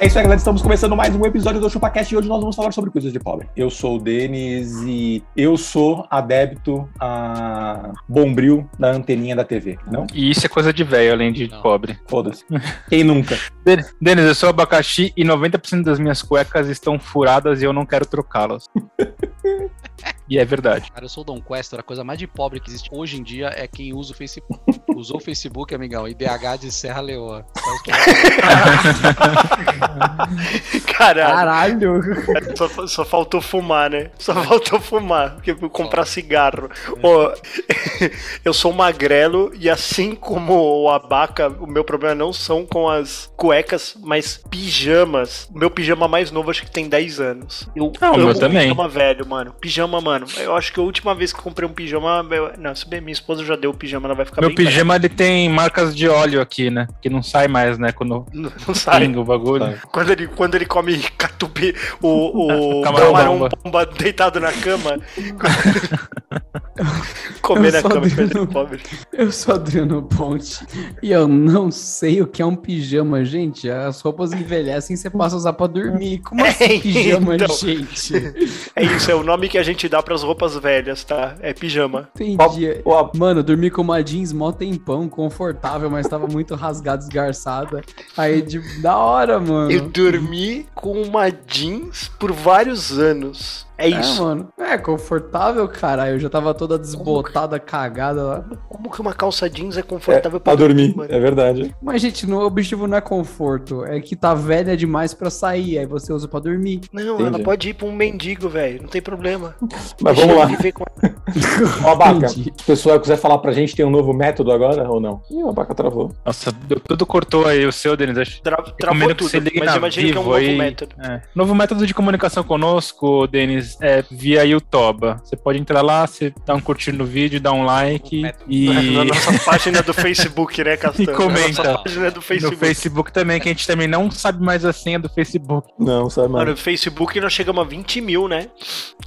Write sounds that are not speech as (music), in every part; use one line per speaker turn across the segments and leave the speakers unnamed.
É isso aí, galera. Estamos começando mais um episódio do ChupaCast e hoje nós vamos falar sobre coisas de pobre. Eu sou o Denis e eu sou adepto a bombril da anteninha da TV. Não?
E isso é coisa de velho, além de
Não.
pobre.
Foda-se. Quem nunca?
Den- Denis, eu sou abacaxi e 90% das minhas cuecas estão furadas e eu não quero
(laughs)
trocá-las. e é verdade.
Cara, eu sou o Don Questor, a coisa mais de pobre que existe hoje em dia é quem usa o
(laughs)
Facebook. Usou o Facebook, amigão, IDH de Serra Leoa. Só isso que eu-
Caralho,
Caralho!
só, só faltou fumar, né? Só faltou fumar, porque eu vou comprar cigarro. Ô, (laughs) eu sou magrelo e assim como o abaca, o meu problema não são com as cuecas, mas pijamas. O meu pijama mais novo acho que tem 10 anos. Eu
Ah, o
amo
meu também.
pijama velho, mano. Pijama, mano. Eu acho que a última vez que eu comprei um pijama... eu- Não, se bem minha esposa já deu o pijama, ela vai ficar
Meu
bem brava.
pijama ele tem marcas de óleo aqui, né? Que não sai mais, né? Quando
(laughs) Não, não sai.
pinga o bagulho.
Sai.
Quando ele, quando ele come catupi, o, o
(laughs) Camarão
camarão,
bomba.
bomba. deitado
(laughs)
na cama. Comer na
Eu só
cama de
digo-
coisa de pobre.
Eu sou Adriano Ponte e eu não sei o que é um pijama, gente. As roupas envelhecem e você passa a usar pra dormir. Como
(laughs)
assim pijama,
então.
gente?
É isso, é o nome que a gente dá pras roupas velhas, tá? É pijama.
Entendi.
(laughs) Ó, ó,
Mano, eu dormi com uma jeans mó tempão, confortável, mas tava muito rasgada, esgarçada. Aí, de da hora, mano.
Eu dormi com uma jeans por vários anos.
Ah,
É
É,
isso.
mano. É, confortável, caralho. Eu já tava toda desbotada, cagada lá.
Como que uma calça jeans é
É,
confortável
pra dormir.
mano?
É verdade.
Mas, gente, no- o objetivo não é conforto. É que tá velha demais pra sair. Aí você usa pra dormir.
Não,
Entendi.
ela pode ir pra um mendigo, velho. Não tem problema.
Mas
Deixa
vamos
eu
lá.
viver com-
Ó, Abaca, se
Entendi.
o pessoal quiser falar pra gente, tem um novo método agora ou não? Ih, o Abaca travou.
Nossa, deu- tudo cortou aí o seu, Denis. Acho.
Tra
Recomendo
travou
que você
tudo,
ligue
mas
na
imagina que é um
Vivo
novo
aí.
método.
É. Novo método de comunicação conosco, Denis, é via Youtuba. Você pode entrar lá, você dá um curtir no vídeo, dá um like
(laughs) Na
e
nossa página do Facebook, né,
(laughs)
Castanho?
E comenta.
Na nossa página é do
no
Facebook.
Facebook também, que a gente também não sabe mais a senha do Facebook.
Não, sabe,
Mano,
mano.
no Facebook nós chegamos a 20 mil, né?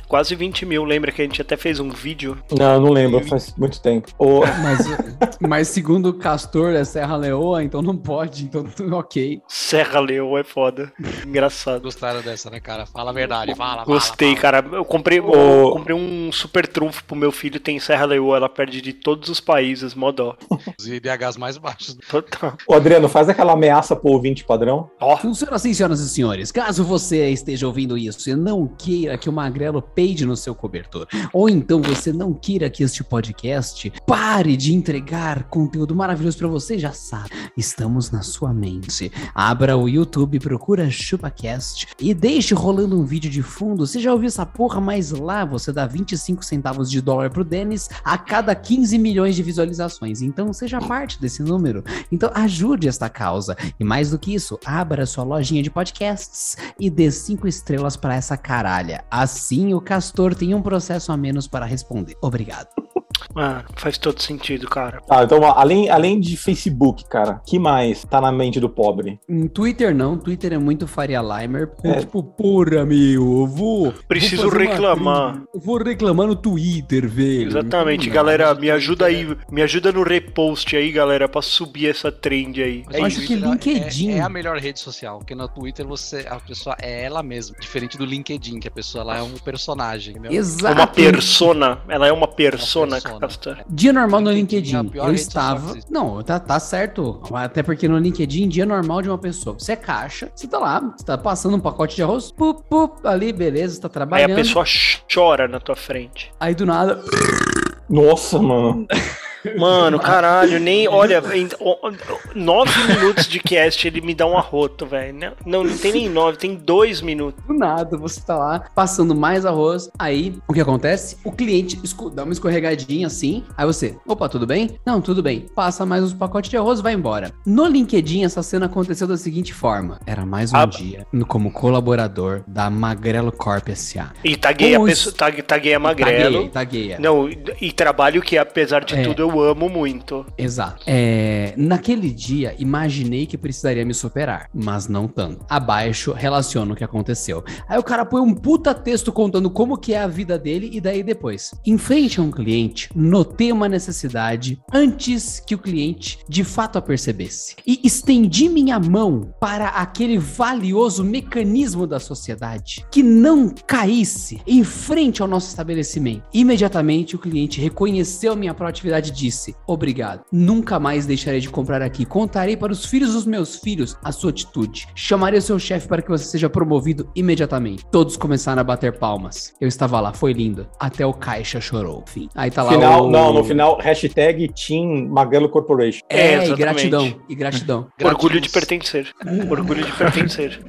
Quase 20 mil. Lembra que a gente até fez um vídeo?
Não, eu não lembro, faz muito tempo. Ô,
Mas, (laughs) mas segundo o Castor, é Serra Leoa, então não pode. Então, (laughs) tu- ok.
Serra Leão é foda. Engraçado.
Gostaram dessa, né, cara? Fala a verdade, fala, fala,
Gostei,
fala.
cara. Eu comprei,
Ô.
eu comprei um super trunfo pro meu filho. Tem Serra Leoa, ela perde de todos os países, mó dó.
Os IDHs mais baixos.
Total.
ô, Adriano, faz aquela ameaça pro ouvinte padrão.
Ó,
Funciona assim, senhoras e senhores. Caso você esteja ouvindo isso e não queira que o magrelo peide no seu cobertor, ou então você não queira que este podcast pare de entregar conteúdo maravilhoso pra você, já sabe, estamos na sua mente. Abra o YouTube, procura ChupaCast e deixe rolando um vídeo de fundo. Você já ouviu essa porra, mas lá você dá 25 centavos de dólar pro Denis a cada 15 milhões de visualizações. Então seja parte desse número. Então ajude esta causa. E mais do que isso, abra sua lojinha de podcasts e dê cinco estrelas para essa caralha. Assim o Castor tem um processo a menos para responder. Obrigado.
mano, faz todo sentido, cara.
Tá, então, ó, além, além de Facebook, cara, que mais tá na mente do pobre?
Em Twitter não, Twitter é muito Faria Limer. É.
É.
Tipo, porra, meu, eu vou.
Preciso
vou fazer uma
reclamar.
trilha. Eu vou reclamar no Twitter, velho.
Exatamente,
Não.
galera. Me ajuda aí. Me ajuda no repost aí, galera, pra subir essa trend aí.
Mas
É
o
acho
isso.
que
Twitter é-
LinkedIn.
É, a melhor rede social, porque no Twitter você, a pessoa é ela mesma. Diferente do LinkedIn, que a pessoa lá é um personagem, entendeu?
É
Exato.
uma persona. Ela é uma persona,
persona.
Castanho.
Dia normal no
LinkedIn é a
LinkedIn,
pior
eu
rede social
estava.
que existe.
Não, tá, tá certo. Até porque no LinkedIn, dia normal de uma pessoa. Você é caixa, você tá lá, você tá passando um pacote de arroz, pup, pup, ali, beleza, você tá
Aí
trabalhando.
a pessoa chora na tua frente.
Aí do nada,
Nossa, mano.
Mano, caralho, nem. Olha, em- o- o- nove minutos de cast ele me dá um arroto, velho. Não, não, não tem nem nove, tem dois minutos.
Do nada, você tá lá passando mais arroz. Aí, o que acontece? O cliente esco- dá uma escorregadinha assim. Aí você, opa, tudo bem? Não, tudo bem. Passa mais uns pacotes de arroz, vai embora. No LinkedIn, essa cena aconteceu da seguinte forma: era mais um
Ah.
dia no- como colaborador da Magrelo Corp SA.
E taguei a
Como
pessoa. Tague, taguei a magrelo.
Taguei, taguei. é.
Não, e- e trabalho que, apesar de
É.
tudo, eu amo muito.
Exato. É, naquele dia, imaginei que precisaria me superar, mas não tanto. Abaixo, relaciono o que aconteceu. Aí o cara põe um puta texto contando como que é a vida dele e daí depois. Em frente a um cliente, notei uma necessidade antes que o cliente de fato a percebesse. E estendi minha mão para aquele valioso mecanismo da sociedade que não caísse em frente ao nosso estabelecimento. Imediatamente o cliente reconheceu minha proatividade e disse: Obrigado, nunca mais deixarei de comprar aqui. Contarei para os filhos dos meus filhos a sua atitude. Chamarei o seu chefe para que você seja promovido imediatamente. Todos começaram a bater palmas. Eu estava lá, foi lindo. Até o caixa chorou. Fim. Aí tá lá
Final,
o...
não, no final, hashtag Team Magrelo Corporation.
É,
É, e
exatamente.
gratidão, e gratidão.
Orgulho de
Gratuitos.
pertencer. Orgulho de pertencer.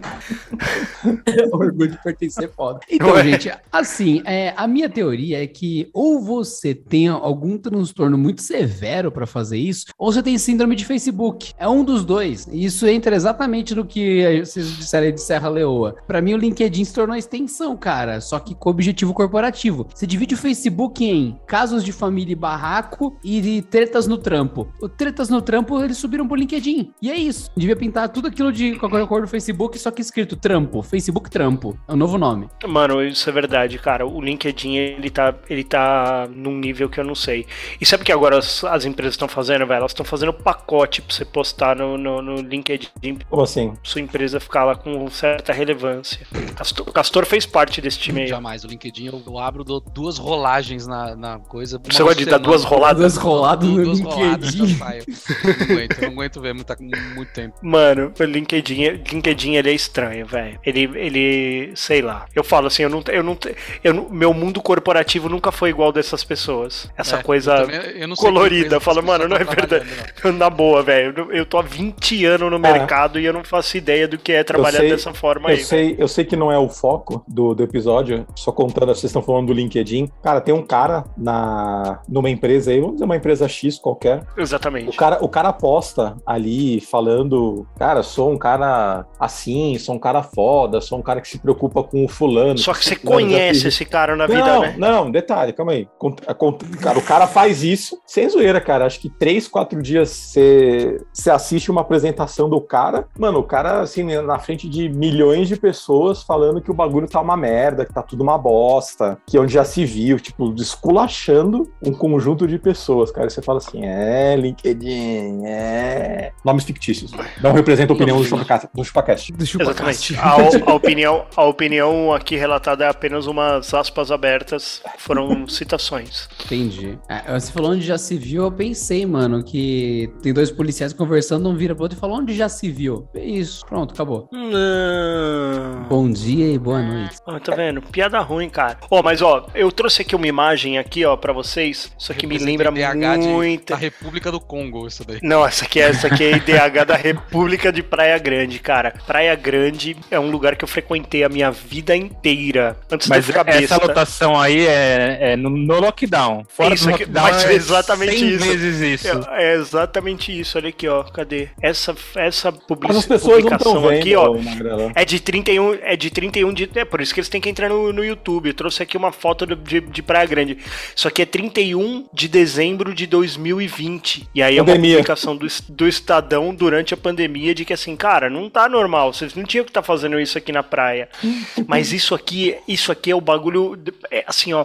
(laughs) Orgulho de pertencer é foda. Então,
Ué.
gente, assim, é, a minha teoria é que ou você tem algum transtorno muito severo pra fazer isso, ou você tem síndrome de Facebook. É um dos dois. E isso entra exatamente no que vocês disseram aí de Serra Leoa. Pra mim, o LinkedIn se tornou a extensão, cara, só que com objetivo corporativo. Você divide o Facebook em casos de família e barraco e de tretas no trampo. O tretas no trampo, eles subiram pro LinkedIn. E é isso. Devia pintar tudo aquilo de qualquer cor do Facebook, só que escrito trampo. Facebook trampo. É o novo nome.
Mano, isso é verdade, cara. O LinkedIn, ele tá, ele tá num nível que eu não sei. E sabe o que agora as, as empresas estão fazendo, velho? Elas estão fazendo pacote pra você postar no, no, no LinkedIn pra
Como assim?
sua empresa ficar lá com certa relevância. Castor, Castor fez parte desse time aí.
Jamais. O LinkedIn eu, eu abro, dou duas rolagens na, na coisa.
Você gosta de dar duas roladas?
Duas roladas no
Duas roladas que eu
LinkedIn.
saio. Não aguento, eu não aguento ver muita, muito tempo.
Mano, o LinkedIn, é- LinkedIn ele é estranho, velho. Ele, ele, sei lá. Eu falo assim, eu não, eu não, eu não- meu mundo corporativo nunca foi igual dessas pessoas. Essa
É,
coisa
eu também- eu
Tá
não sei que
colorida.
empresa
Eu falo,
que
mano,
essa
não é
pessoa tá
verdade. (laughs)
trabalhando,
Na boa, velho. Eu tô há 20 anos no
Cara,
mercado e eu não faço ideia do que é trabalhar
É. sei-
dessa forma
Eu
aí.
sei, eu sei que não é o foco do, do episódio, só contando, vocês estão falando do LinkedIn. Cara, tem um cara na, numa empresa aí, vamos dizer uma empresa X qualquer, O
Exatamente.
cara, o cara aposta ali falando, cara, sou um cara assim, sou um cara foda, sou um cara que se preocupa com o fulano.
Só que você
Fulano já
conhece
fez
esse cara na
não,
vida, né?
não, detalhe, calma aí. Cont- a cont- Cara, o cara faz isso sem zoeira, cara. Acho que três, quatro dias você você assiste uma apresentação do cara. Mano, o cara, assim, na frente de milhões de pessoas falando que o bagulho tá uma merda, que tá tudo uma bosta, que é onde já se viu, tipo, desculachando um conjunto de pessoas, cara. E Você fala assim, é, LinkedIn, é. Nomes fictícios. Não representa a opinião do Chupacast. Do Chupacast.
Do (laughs)
Exatamente.
chupacast.
A, o- a opinião, a opinião aqui relatada é apenas umas aspas abertas, foram citações.
Entendi. É, Você falou onde já se viu, eu pensei, mano, que tem dois policiais conversando, um vira pro outro e fala onde já se viu. É isso, pronto, acabou.
Não.
Bom dia e
É.
boa noite.
Ah, tá vendo? Piada ruim, cara. Ó, mas ó, eu trouxe aqui uma imagem aqui, ó, para vocês. Isso aqui me
Representa
lembra
IDH de-
muito.
Da República do Congo, isso daí.
Não, essa aqui, é- essa aqui é a IDH da República de Praia Grande, cara. Praia Grande é um lugar que eu frequentei a minha vida inteira. Antes
Mas
de eu ficar besta.
essa lotação aí é, é no, no lockdown. Fora
Isso
do
aqui-
lockdown
mas
é
exatamente
100
isso.
vezes isso.
É, é exatamente isso, olha aqui, ó. Cadê? Essa, essa public-
Mas as pessoas não
publicação
estão vendo,
aqui, ó.
Magrela.
É de 31, é de 31 de. É por isso que eles têm que entrar no, no YouTube. Eu trouxe aqui uma foto do- de, de Praia Grande. Isso aqui é 31 de dezembro de 2020. E aí é uma
Pandemia.
publicação do, es- do Estadão durante a pandemia de que assim, cara, não tá normal. Vocês não tinham que estar fazendo isso aqui na praia. Mas isso aqui, isso aqui é o bagulho. de- é assim, ó.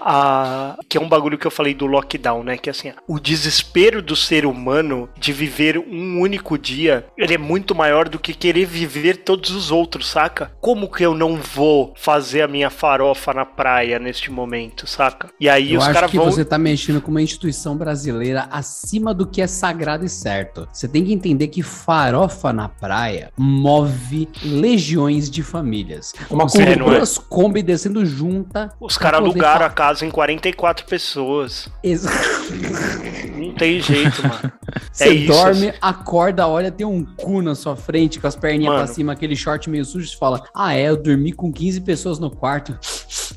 A, a- que é um bagulho que eu falei do lockdown, né? Que assim, o desespero do ser humano de viver um único dia, ele é muito maior do que querer viver todos os outros, saca? Como que eu não vou fazer a minha farofa na praia neste momento, saca? E aí
eu
os
acho
caras
que
vão.
você tá mexendo com uma instituição brasileira acima do que é sagrado e certo. Você tem que entender que farofa na praia move legiões de famílias.
Uma
Você
É,
vê
não é?
duas Kombi descendo junta.
Os caras
pra poder
alugaram a
fa-
casa em 44 pessoas.
Ex-
tem jeito, mano. É
Você
isso,
dorme, acorda, olha, tem um cu na sua frente, com as perninhas
Mano.
pra cima, aquele short meio sujo, você fala: Ah, é, eu dormi com 15 pessoas no quarto.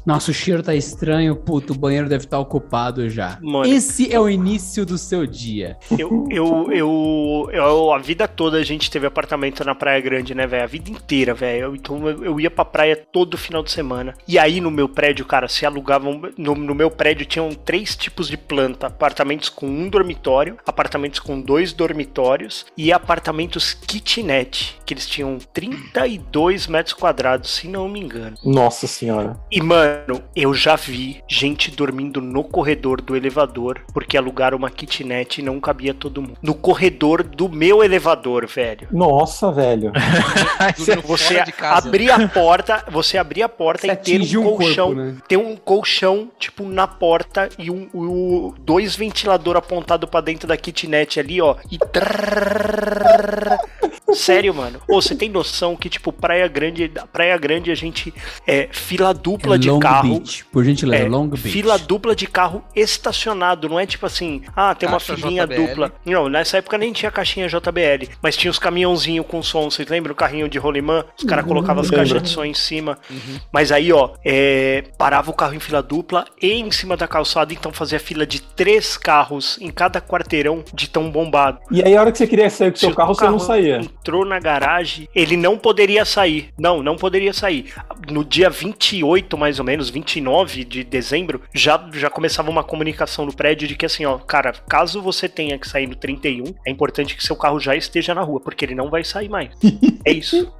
Nossa, o cheiro tá estranho, puto, o banheiro deve estar ocupado já.
Mano.
Esse é o início do seu dia.
Eu, eu, eu, eu- a vida toda a gente teve apartamento na Praia Grande, né, velho? A vida inteira, velho. Eu- Então eu, eu ia pra praia todo final de semana. E aí no meu prédio, cara, se alugavam. No, no meu prédio tinham três tipos de planta: apartamentos com um dormitório, apartamentos com dois dormitórios e apartamentos kitnet, que eles tinham 32 metros quadrados, se não me engano.
Nossa senhora.
E, mano, eu já vi gente dormindo no corredor do elevador porque alugaram uma kitnet e não cabia todo mundo. No corredor do meu elevador, velho.
Nossa, velho.
Dormindo
Você
fora de casa.
abrir a porta, você abrir a porta e ter um colchão.
né?
Tem um colchão, tipo, na porta e um, o- dois ventilador apontado pra dentro da kitnet ali, ó. E. trrrrrrrrrr. Sério, mano. Ô, você tem noção que, tipo, Praia Grande, Praia Grande a gente é fila dupla de
Long
carro.
Beach, por gentileza,
É,
Long Beach.
Fila dupla de carro estacionado, não é tipo assim, ah, tem uma
Caixa
filinha
JBL.
dupla. Não, nessa época nem tinha caixinha JBL, mas tinha os caminhãozinhos com som, vocês lembram? O carrinho de rolimã, os
Uhum.
caras colocavam as
Lembro.
caixas de som em cima. Mas aí, ó, é, parava o carro em fila dupla e em cima da calçada, então fazia fila de três carros em cada quarteirão de tão bombado.
E aí, a hora que você queria sair com o
Se
seu
o
carro, você não saía.
Entrou na garagem, ele não poderia sair. Não, não poderia sair. No dia 28, mais ou menos, 29 de dezembro, já, já começava uma comunicação no prédio de que assim, ó, cara, caso você tenha que sair no 31, é importante que seu carro já esteja na rua, porque ele não vai sair mais. É isso.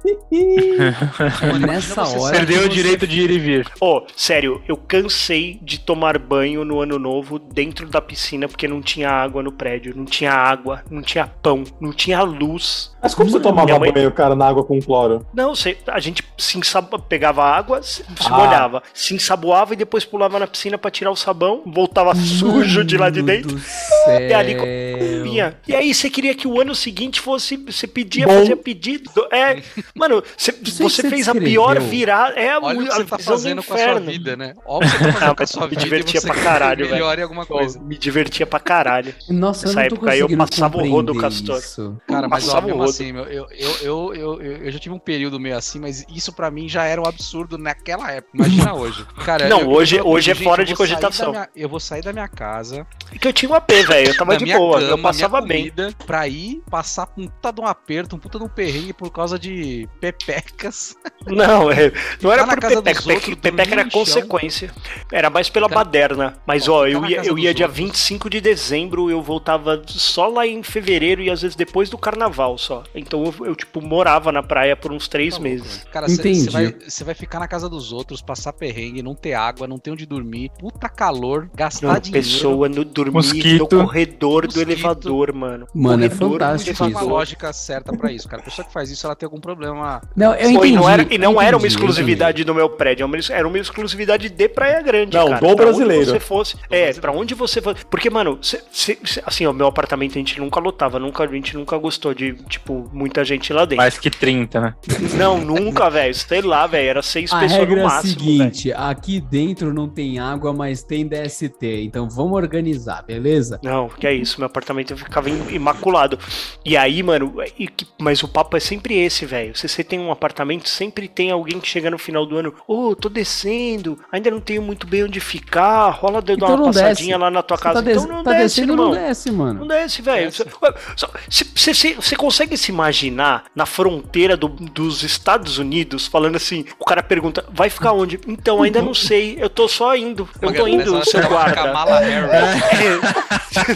Mano,
Nessa
imagina você um
hora-
sair
Perdeu o
você-
direito de ir e vir.
Ó, sério, eu cansei de tomar banho no ano novo dentro da piscina porque não tinha água no prédio, não tinha água, não tinha pão, não tinha luz.
Mas como você
minha
tomava
mãe-
banho, cara, na água com cloro?
Não, você- a gente se ensab- pegava água, se se
Ah.
molhava, se ensaboava e depois pulava na piscina pra tirar o sabão, voltava sujo de lá de
Mano
dentro.
do céu.
(laughs) E ali vinha. E aí você queria que o ano seguinte fosse, você pedia,
Bom.
fazia pedido. É, mano, você,
sei
você
que você
fez a
descreveu.
pior virada, é a,
Olha o que
a
você tá
visão do
fazendo com a sua
inferno.
vida, né? Olha o que você tá
Ah,
fazendo com a
mas
sua
me
vida. e
divertia
você
pra
quer
caralho, velho.
Melhor em alguma
Pô,
coisa.
me divertia pra caralho.
Nossa, eu
Nessa
não tô
época aí eu
conseguindo
passava o rodo,
compreender
Castor.
isso.
Cara, mas ó,
Passava o
mesmo
rodo.
assim, meu, eu, eu, eu, eu, eu- eu já tive um período meio assim, mas isso pra mim já era um absurdo naquela época.
(laughs)
Imagina hoje. Cara,
Não,
eu-
hoje-
eu-
hoje é
gente,
fora
eu
de
vou sair
cogitação.
da minha- eu vou sair da minha casa,
É que eu tinha um AP, velho, eu tava
da
de
minha
boa,
cama,
eu passava
minha
bem.
comida, pra ir passar um puta de um aperto, um puta de um perrengue por causa de pepecas.
Não, é, não
Ficar
era
Tá na
por
casa
Pepeca.
dos
Pepeca,
outros,
Pepeca
dormir
era
no chão.
consequência. Era mais pela
Cara,
baderna. Mas,
ó,
ó,
ficar
eu
na
ia,
casa
eu
dos
ia dia
outros.
25 de dezembro, eu voltava só lá em fevereiro e às vezes depois do carnaval só. Então eu, eu, tipo, morava na praia por uns três
Tá louco,
meses.
velho. Cara, você
Entendi.
vai, cê vai ficar na casa dos outros, passar perrengue, não ter água, não ter onde dormir, puta calor, gastar
Mano,
dinheiro.
pessoa no, dormir no
Mosquito.
corredor do
Mosquito.
elevador, mano.
Mano, é
Corredor,
Existe
fantástico
uma
isso.
lógica certa pra isso, cara. A pessoa que faz isso, ela tem algum problema.
Não, eu
Pô,
entendi.
e não era, e não
eu
era uma
entendi, eu
exclusividade do meu prédio, era uma ex- era uma exclusividade de Praia Grande.
Não,
cara.
do
Pra onde
brasileiro.
você fosse, é,
brasileiro.
pra onde você fosse. Porque, mano, cê- cê- cê- assim, ó, meu apartamento a gente nunca lotava, nunca, a gente nunca gostou de, tipo, muita gente lá dentro.
Mais que 30, né?
Não, nunca, (laughs) velho. Sei lá, velho. Era seis
A
pessoas
regra
no
é a
máximo. né? velho.
seguinte: aqui dentro não tem água, mas tem DST. Então vamos organizar, beleza?
Não, que é isso, meu apartamento ficava im- imaculado. E aí, mano, e que- mas o papo é sempre esse, velho. Se você tem um apartamento, sempre tem alguém que chega no final do ano, ô, tô descendo, ainda não tenho muito bem onde ficar, rola de eu dar
Então
uma
não desce.
passadinha lá na tua
Você
casa.
tá, des-
então não
tá
desce,
descendo,
irmão.
não desce,
Não
mano.
desce, velho.
Desce.
Você consegue se imaginar na fronteira do- dos Estados Unidos falando assim? O cara pergunta, vai ficar onde? Então, ainda não sei. Eu tô só indo. Eu tô indo, seu (laughs) guarda. (laughs)
Kamala Harris.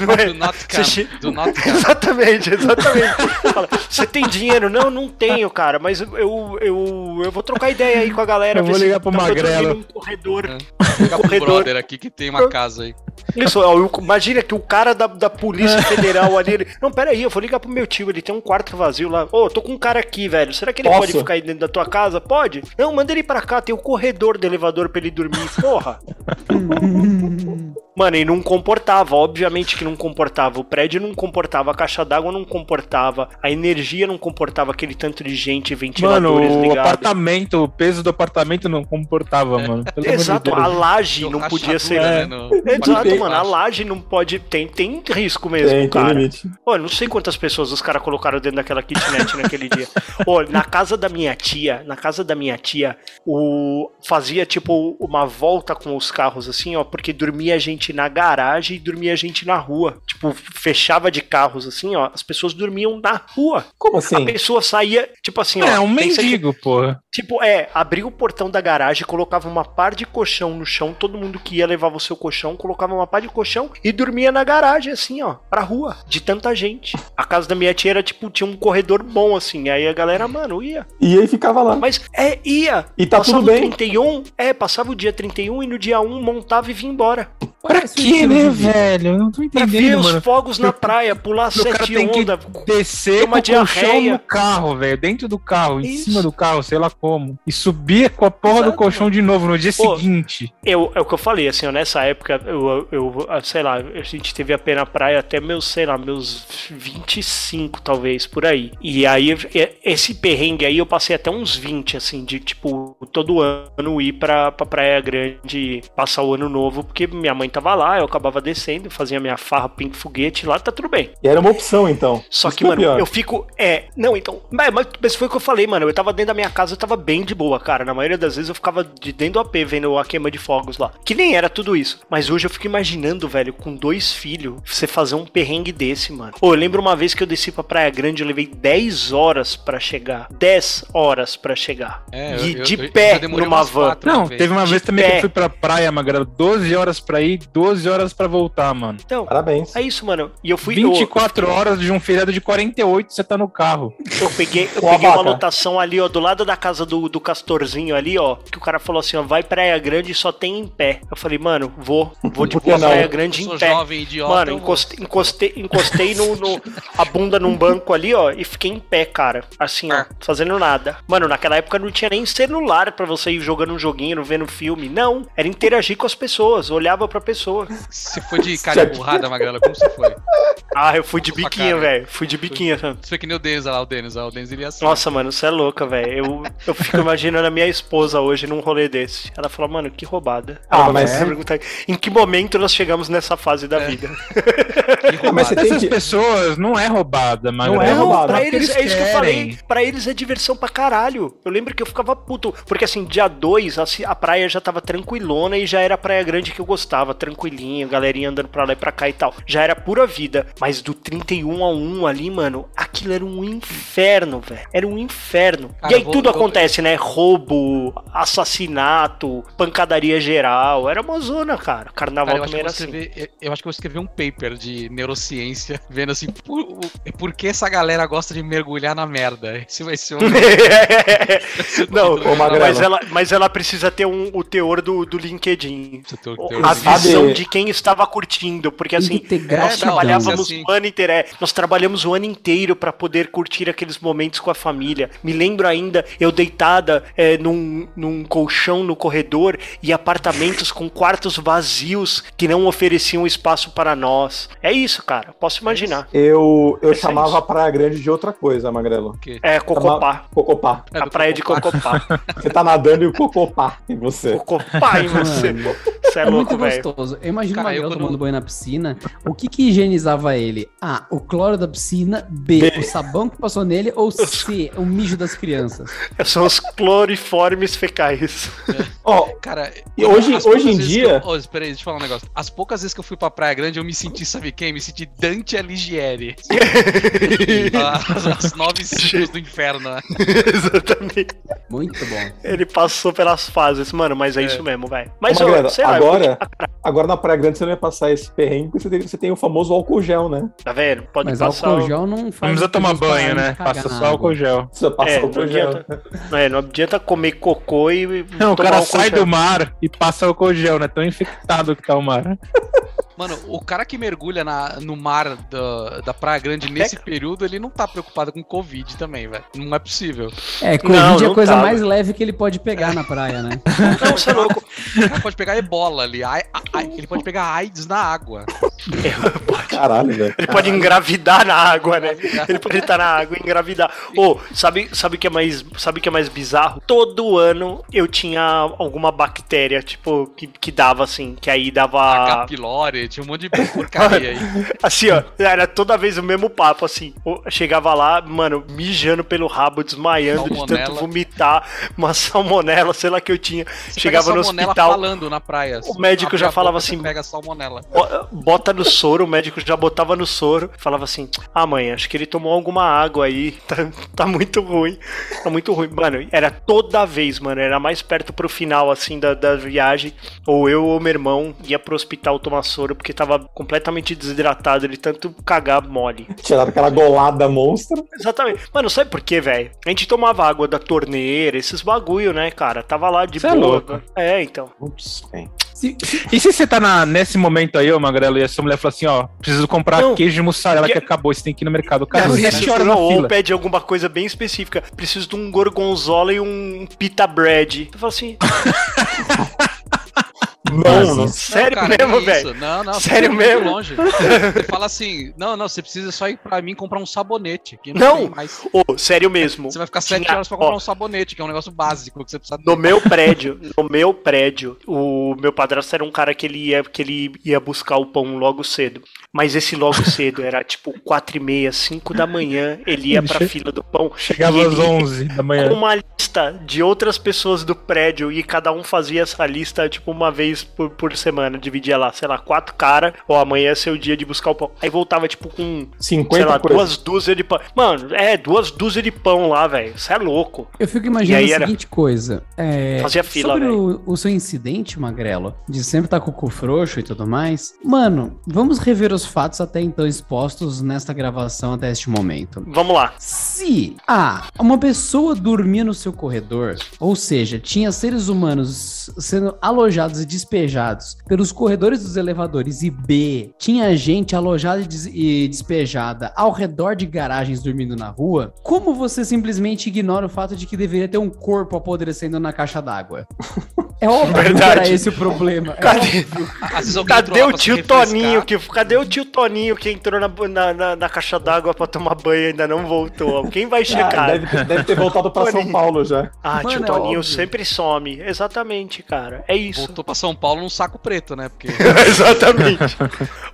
Do
É.
not come. Do not come.
Exatamente, exatamente. Fala, Você tem dinheiro? Não, não tenho, cara, mas eu, eu, eu, eu vou trocar ideia aí com a galera.
Eu
ver
vou
se-
ligar pro
eu tô dormindo
Magrelo.
num corredor.
Fica pro
corredor.
brother aqui que tem uma casa aí.
Isso, ó, eu- imagina que o cara da, da
É.
Polícia Federal ali. Ele, não, peraí, eu vou ligar pro meu tio, ele tem um quarto vazio lá. Ô, tô com um cara aqui, velho. Será que ele
Posso?
pode ficar aí dentro da tua casa? Pode? Não, manda ele pra cá, tem o corredor do elevador pra ele dormir, porra. Mano, e não comportava, obviamente que não comportava. O prédio não comportava, a caixa d'água não comportava, a energia não comportava aquele tanto de gente,
Mano,
ventiladores
o
ligados.
apartamento, o
É.
peso do apartamento não comportava, mano. Pelo amor de
Exato,
Deus.
a laje
Deu
não podia ser.
rachadura, né, no-
Exato, Exato,
Tem-
mano. A laje não pode. Tem, tem risco mesmo,
É, tem, tem
cara.
limite.
Olha, não sei quantas pessoas os caras colocaram dentro daquela kitnet naquele dia. Olha, na casa da minha tia, na casa da minha tia, o fazia tipo uma volta com os carros assim, ó, porque dormia gente na garagem e dormia gente na rua. Tipo, fechava de carros assim, ó, as pessoas dormiam na rua.
Como
A
assim?
pessoa saía, tipo assim, ó.
(laughs) É, um
pensa que-
mendigo, porra.
Tipo, é, abria o portão da garagem, colocava uma par de colchão no chão, todo mundo que ia levava o seu colchão, colocava uma par de colchão e dormia na garagem, assim, ó, pra rua, de tanta gente. A casa da minha tia era, tipo, tinha um corredor bom, assim, aí a galera, mano, ia.
E aí ficava lá.
Mas, é, ia.
E tá
passava
tudo bem.
o 31, é, passava o dia 31 e no dia 1 montava e vinha embora.
Pra
Parece um
quê,
estilo
né,
de vida.
velho? Eu não tô
Pra ver
entendendo,
os
mano.
fogos na praia, pular
O cara
sete
tem que
onda.
descer
Tem uma
com o colchão
diarreia.
no carro, velho. Dentro do carro, em
Isso.
cima do carro, sei lá como. E subir com a porra
Exato,
do colchão de novo no dia
Pô,
seguinte.
Eu, é o que eu falei, assim, ó, nessa época, eu, eu, eu- sei lá, a gente teve a pena praia até meus, sei lá, meus 25, talvez, por aí. E aí, e- esse perrengue aí, eu passei até uns 20, assim, de, tipo, todo ano ir pra, pra Praia Grande passar o ano novo, porque minha mãe tava lá, eu acabava descendo, fazia minha farra, pinto foguete lá, tá tudo bem.
E era uma opção, então.
Só
Isso
que,
é
mano,
pior.
eu fico. É, não, então. Mas, mas- mas foi o que eu falei, mano. Eu tava dentro da minha casa, eu tava bem de boa, cara. Na maioria das vezes eu ficava de dentro do AP vendo a queima de fogos lá. Que nem era tudo isso. Mas hoje eu fico imaginando, velho, com dois filhos, você fazer um perrengue desse, mano. Ô, eu lembro uma vez que eu desci pra Praia Grande, eu levei 10 horas pra chegar. 10 horas pra chegar.
É,
e de pé
demorei
numa
umas
van.
quatro
Não, teve
um
uma
de
vez também que
pé.
eu fui pra praia, Magrela. 12 horas pra ir, 12 horas pra voltar, mano.
Então,
Parabéns.
é isso, mano. E eu fui. eu-
24 horas de um feriado de 48, você tá no carro.
Eu peguei, eu
Ô,
peguei uma
Abaca.
lotação ali, ó, do lado da casa do, do Castorzinho ali, ó, que o cara falou assim, ó, vai Praia Grande e só tem em pé. Eu falei, mano, vou, vou de
Por que
boa
não?
Praia
Eu
é Grande em
sou
pé.
jovem, idiota.
Mano,
eu vou.
encostei, encostei, encostei no, no- a bunda num banco ali, ó, e fiquei em pé, cara. Assim,
É.
ó, fazendo nada. Mano, naquela época não tinha nem celular pra você ir jogando um joguinho, vendo filme. Não, era interagir com as pessoas, olhava pra
(laughs)
pessoa.
Você foi de cara emburrada, Magrela, como você foi?
Ah, eu fui de biquinha,
Sacana.
velho. Fui de biquinha, sabe?
Você foi que nem o Denis lá, o Denis. lá, O Denis ele ia assim.
Nossa, mano, você é louca, velho. Eu,
(laughs)
eu fico imaginando a minha esposa hoje num rolê desse. Ela fala, mano, que roubada.
Ah,
Ela vai
mas-
se perguntar, em que momento nós chegamos nessa fase da
É.
vida?
que
mas você
roubada.
tem
Essas
que-
pessoas não é roubada, Magrela.
é roubada.
pra
porque
eles, é isso que eu
querem.
falei. Pra eles é diversão pra caralho. Eu lembro que eu ficava puto. Porque assim, dia 2, a, ci- a praia já tava tranquilona e já era a praia grande que eu gostava. Tranquilinho, galerinha andando pra lá e pra cá e tal. Já era pura vida. Mas do 31 a 1 ali, mano, aquilo era um inferno, velho. Era um inferno.
Cara,
e aí
eu vou-
tudo
eu-
acontece, né? Roubo, assassinato, pancadaria geral. Era uma zona, cara. Carnaval
Cara, eu,
também
acho que eu,
era
vou
assim. (laughs)
escrever, eu- eu acho que eu vou escrever um paper de neurociência, (laughs) vendo assim, por, o- por que essa galera gosta de mergulhar na merda? Esse vai
(laughs)
ser um. (laughs)
Não,
Ô, Magrela.
mas ela, mas ela precisa ter um, o teor do, do LinkedIn. A
Sabe-
visão de quem estava curtindo, porque assim,
ter
nós
É, não,
trabalhávamos
assim-
o ano inteiro, é, nós trabalhamos o ano inteiro para poder curtir aqueles momentos com a família. Me lembro ainda eu deitada é, num, num colchão no corredor e apartamentos com quartos vazios que não ofereciam espaço para nós. É isso, cara. Posso imaginar.
Eu, eu
É isso.
chamava a Praia Grande de outra coisa, Magrelo.
É, Cocopá.
Cocopá.
A praia de É Cocopá.
Você tá nadando e o cocopá em você.
Cocopá em (laughs) você.
Mano.
Você é
É muito
louco, velho.
gostoso. Eu imagino
Cara,
o Magrelo
eu quando-
tomando banho na piscina. O que que higienizava ele? A. O cloro da piscina. B. O sabão que passou nele.
(laughs)
Ou C. O mijo das crianças.
São os
(laughs)
cloriformes fecais.
Ó,
Cara,
E hoje- hoje
as poucas
em
vezes
dia-
que Eu, Ô, espera aí, deixa eu falar um negócio. As poucas vezes que eu fui pra Praia Grande, eu me senti, sabe quem? Me senti Dante Alighieri. Ah, as, as nove círculos do inferno, né?
Exatamente.
Muito bom.
Ele passou pelas fases, mano, mas é,
É.
isso mesmo, velho. Mas,
Ô, Magrela,
ó, sei lá, eu-
agora, agora na Praia Grande você não ia passar esse perrengue porque você tem, você tem o famoso álcool gel, né?
tá vendo? Pode
Mas
passar.
álcool
o-
gel não faz.
Não precisa
as
tomar
pessoas
banho,
pararem
né?
de cagar
Passa
na
só álcool
água.
gel.
Precisa passar
É, não
álcool gel.
adianta, é, não adianta comer cocô e.
Não, o
tomar
cara
álcool
sai
gel.
do mar e passa álcool gel, né? Tão infectado que tá o mar.
Mano, o cara que mergulha na, no mar da, da Praia Grande nesse período, ele não tá preocupado com Covid também, velho. Não é
(laughs)
possível.
É, Covid
Não,
é
não
a coisa
tava.
mais leve que ele pode pegar na praia, né?
Não, você é louco.
O cara pode pegar ebola ali. ai- ai- ele pode pegar AIDS na água.
(laughs) Caralho, velho.
Ele pode engravidar na água, né? Ele pode estar na água e engravidar. Ô, sabe, sabe o que é mais, sabe o que é mais bizarro? Todo ano eu tinha alguma bactéria, tipo, que, que dava assim, que aí
H.
dava
pylori, tinha um monte de
(laughs)
porcaria aí.
assim, ó, era toda vez o mesmo papo assim. Ô, Chegava lá, mano, mijando pelo rabo, desmaiando de tanto
Salmonela.
vomitar, uma salmonela, sei lá que eu tinha.
Você
Chegava
pega
no
salmonela
hospital,
falando na praia.
o médico
Abre
já
a
falava
boca, você
assim-
Pega salmonela.
Bo- Bota no soro, o médico já botava no soro, falava assim: Ah, mãe, acho que ele tomou alguma água aí, tá, tá muito ruim, tá muito ruim. Mano, era toda vez, mano, era mais perto pro final, assim, da, da viagem, ou eu ou meu irmão ia pro hospital tomar soro, porque tava completamente desidratado, ele tanto cagar mole.
Tiraram aquela golada monstra.
Exatamente. Mano, sabe por quê, velho? A gente tomava água da torneira, esses bagulho, né, cara? Tava lá de
Cê é louco.
É, então.
Ups, hein.
Se- se-
E se você tá na- nesse momento aí, ô Magrelo, e a sua mulher fala assim, ó, preciso comprar
Não.
queijo de mussarela que
Que-
acabou, você tem que ir no mercado. Cara,
Não, é
sete
isso,
horas na
não, ou
fila.
pede alguma coisa bem específica. Preciso de um gorgonzola e um pita bread. Eu
(laughs)
falo assim,
Não, não.
sério
cara,
mesmo,
que isso?
velho?
Não, não. você
Sério
foi muito
mesmo?
Longe. Você fala assim, não, não, você precisa só ir pra mim comprar um sabonete. que
Não.
tem mais.
Ô, sério mesmo.
Você vai ficar sete
Tinha-
horas pra comprar
ó.
um sabonete, que é um negócio básico que você precisa
No meu prédio, no meu prédio, o meu padrasto era um cara que ele ia, que ele ia buscar o pão logo cedo. Mas esse logo (laughs) cedo era tipo 4 e meia, 5 da manhã, ele ia
Ele
pra
che-
fila do pão.
Chegava
e
às
ele-
11 da
É.
com
manhã.
uma lista de outras pessoas do prédio e cada um fazia essa lista, tipo, uma vez por, por semana. Dividia lá, sei lá, quatro caras, ou amanhã é seu dia de buscar o pão. Aí voltava, tipo, com, sei
50
lá,
coisas.
duas dúzias de pão. Mano, é, duas dúzias de pão lá, velho. Isso é louco.
Eu fico imaginando
E aí
a
era-
seguinte coisa. é,
Fazia fila, né?
Sobre
velho.
o, o seu incidente, Magrelo, de sempre estar com o cu frouxo e tudo mais. Mano, vamos rever os fatos até então expostos nesta gravação até este momento.
Vamos lá.
Se A. Uma pessoa dormia no seu corredor, ou seja, tinha seres humanos sendo alojados e despejados pelos corredores dos elevadores, e B. Tinha gente alojada e des- e despejada ao redor de garagens dormindo na rua, como você simplesmente ignora o fato de que deveria ter um corpo apodrecendo na caixa
(laughs)
d'água? É óbvio que
Verdade.
era esse o problema. É
Cadê,
Às vezes alguém entrou
cadê
lá
o
pra se
tio
refrescar.
Toninho? Que, cadê o tio Toninho que entrou na, na, na- na caixa d'água pra tomar banho e ainda não voltou? Quem vai
Ah,
checar?
deve, ter- deve ter voltado
(laughs)
pra São Paulo já.
Ah,
Mano,
tio
é
Toninho
óbvio.
sempre some. Exatamente, cara. É isso.
Voltou pra São Paulo num saco preto, né?
(laughs)
Porque (laughs)
Exatamente.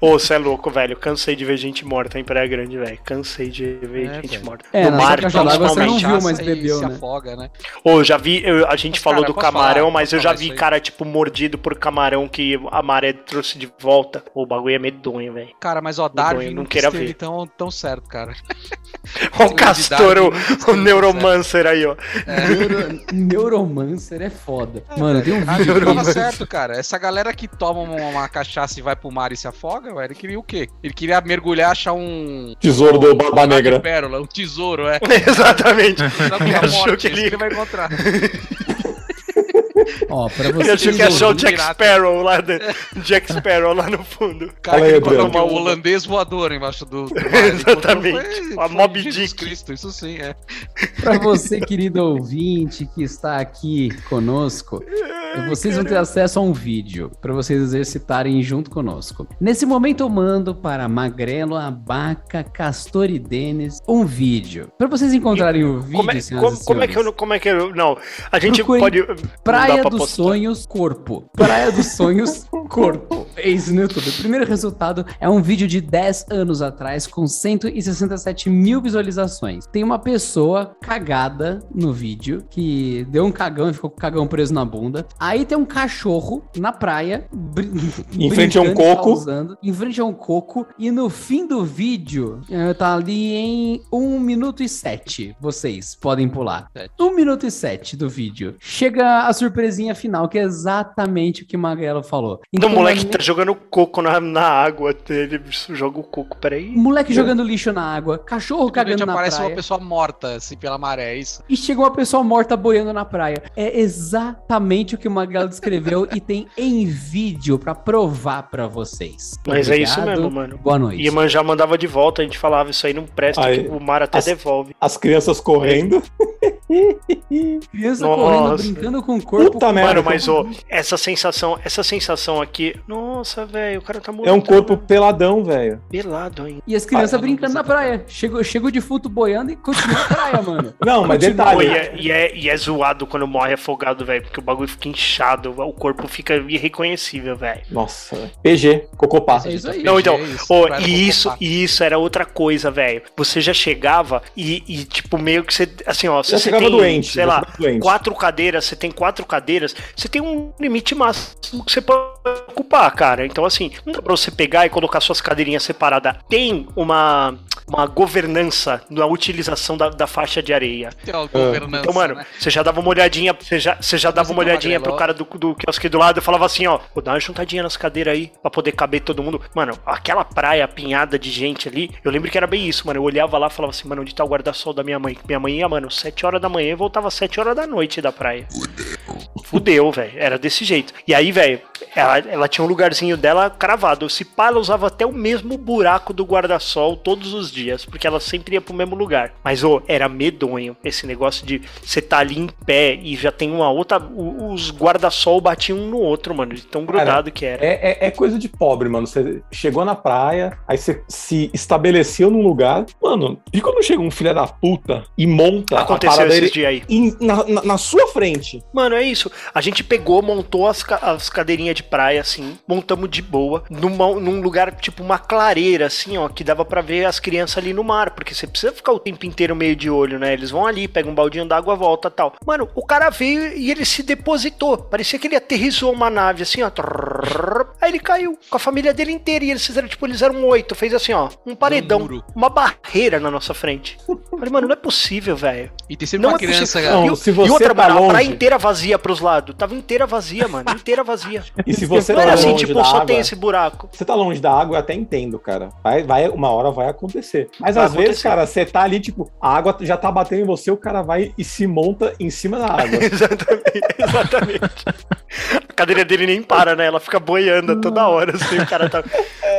Ô, você é louco, velho. Cansei de ver gente morta em Praia Grande, velho. Cansei de ver
É,
gente
velho.
morta.
É,
no
na
mar,
caixa d'água você não
principalmente.
viu, mas
Cachaça e
bebeu,
se
né?
afoga, né?
Ô, já vi. eu- a gente
Mas,
falou
cara,
do
posso
camarão,
falar?
mas eu
Posso
já
falar
vi
isso aí?
cara, tipo, mordido por camarão que a maré trouxe de volta. Ô, o bagulho é medonho, velho.
Cara, mas ó,
eu
Darwin
não
não
queira
queira ver.
ver.
ele tão, tão certo, cara.
Ó, (laughs) o Castor, o- o,
né?
Neuromancer aí, ó. (laughs)
É,
Neuro- Neuromancer é foda. Mano, tem um vídeo.
Ele
(laughs)
tava
que-
certo, cara. Essa galera que toma uma, uma cachaça e vai pro mar e se afoga, ué, ele queria o quê? Ele queria mergulhar, achar um.
Tesouro do Barba
uma
Negra.
Pérola, um tesouro,
(laughs)
é.
Exatamente.
Sabe que é a
Achou
morte,
que
que
ele-
ele... ele vai encontrar.
Ó, pra
Ele
você
achou que achou o Jack
pirata.
Sparrow lá, de-
(laughs)
Jack Sparrow lá no fundo.
Cara,
Fala aí,
que
Adriano.
colocou o holandês voador embaixo do. do mar.
(laughs)
Ele
Exatamente.
encontrou-
A Moby
Jesus
Dick.
Cristo, isso sim, é.
Para você, querido ouvinte que está aqui conosco, vocês vão ter acesso a um vídeo para vocês exercitarem junto conosco. Nesse momento, eu mando para Magrelo, Abaca, Castor e Denis um vídeo. Para vocês encontrarem o vídeo,
Como é,
senhoras
como,
e
como é que
né,
eu
senhores.
não. Como é que eu. Não. A gente
Procure
pode. não dá
Praia
pra
dos
postar.
Sonhos Corpo. Praia dos Sonhos (laughs) Corpo. É isso no YouTube. O primeiro resultado é um vídeo de 10 anos atrás com 167 mil visualizações. Tem uma pessoa cagada no vídeo que deu um cagão e ficou com o cagão preso na bunda. Aí tem um cachorro na praia. brin-
Em frente a um
brincando,
coco.
causando, em frente a um coco. E no fim do vídeo, eh, tá ali em 1 minuto e 7. Vocês podem pular. 1 minuto e 7 do vídeo. Chega a surpresinha final, que é exatamente o que o Magrelo falou.
Do Então, moleque tá
na
jogando coco na, na água. Ele joga o coco, peraí.
um Moleque jogando lixo na água, cachorro
Simplesmente
cagando na
aparece
praia.
uma pessoa morta, assim, pela maré, é isso?
E chegou uma pessoa morta boiando na praia. É exatamente o que o Magrelo descreveu e tem em vídeo pra provar pra vocês.
Mas é isso
Obrigado,
mesmo, mano.
Boa noite.
E Manjá mandava de volta, a gente falava, isso É aí não presta,
Aí,
que o mar até
as-
devolve.
As crianças correndo.
Criança
Nossa.
correndo, brincando com o corpo.
Puta merda.
Mano, mas ô, essa sensação, essa sensação aqui, nossa, velho, o cara tá morto.
É um corpo peladão, velho.
pelado ainda.
E as crianças
Ah, não,
brincando
não
na
precisa
praia. Chegou, chegou de futo boiando e continua na
(laughs)
praia, mano.
Não, mas
Continua.
Pô,
detalhe.
e, é, e, é, e é zoado quando morre afogado, velho, porque o bagulho fica inchado, o corpo fica irreconhecível, velho.
Nossa, velho. PG, cocopá.
É isso aí.
Não, então,
É isso,
ô,
pra ela
e isso,
ocupar.
e isso era outra coisa, velho. Você já chegava e, e, tipo, meio que você, assim, ó,
Já
você
chegava
tem,
doente.
sei
já
lá,
chegava doente.
quatro cadeiras, você tem quatro cadeiras, você tem um limite máximo que você pode ocupar, cara. Então, assim, não dá pra você pegar e colocar suas cadeirinhas separadas. Tem uma, uma governança na utilização da, da faixa de areia.
Tem uma governança,
Então, mano,
né?
você já dava uma olhadinha, você já, você já dava
Você
uma
tá
olhadinha
magrelo,
pro
ó.
cara do, do quiosque do lado e falava assim, ó, pô, dá uma juntadinha nas cadeiras aí pra poder caber todo mundo. Mano, aquela praia apinhada de gente ali, eu lembro que era bem isso, mano. Eu olhava lá e falava assim, mano, onde tá o guarda-sol da minha mãe? Minha mãe ia, mano, 7 horas da manhã e voltava 7 horas da noite da praia. Fudeu, velho. Era desse jeito. E aí, velho, ela, ela tinha um lugarzinho dela cravado. Se pá, ela usava até o mesmo buraco do guarda-sol todos os dias, porque ela sempre ia pro mesmo lugar. Mas, ô, era medonho esse negócio de você tá ali em pé e já tem uma outra. o- Os guarda-sol batiam um no outro, mano, de tão grudado que era.
É, é- é coisa de pobre, mano. Você chegou na praia, aí você se estabeleceu num lugar. Mano, e quando chega um filho da puta e monta a
Aconteceu
parada
esses
dele
dias aí.
em- na, na- na sua frente?
Mano, é isso. A gente pegou, montou as, ca- as cadeirinhas de praia, assim, montamos de boa, numa- num lugar, tipo, uma clareira, assim, ó, que dava pra ver as crianças ali no mar, porque você precisa ficar o tempo inteiro meio de olho, né? Eles vão ali, pegam um baldinho d'água, volta tal. Mano, o cara veio e ele se depositou. Parecia que ele aterrissou uma nave, assim, ó. Trrr. Aí ele caiu com a família dele inteira. E eles fizeram, tipo, eles eram oito. Fez assim, ó, um paredão,
muro.
uma barreira na nossa frente. Falei, mano, não é possível, velho.
E tem sempre uma criança,
possível.
cara.
Não,
É. E o-
se
e
você tá
outra, mano, a praia
longe-
inteira vazia pros lados. Tava inteira vazia, mano. Inteira vazia.
E se (laughs) você
não
tá
era assim,
longe
tipo,
da
só
água,
tem esse buraco.
você tá longe da água, eu até entendo, cara. Vai, vai, uma hora vai acontecer. Mas
Vai
às vezes,
acontecer.
cara, você tá ali, tipo, a água já tá batendo em você, o cara vai e se monta em cima da (laughs)
(laughs)
água.
exatamente, exatamente. A cadeira dele nem para, né? Ela fica boiando a toda hora, assim, o cara
(laughs)
tá...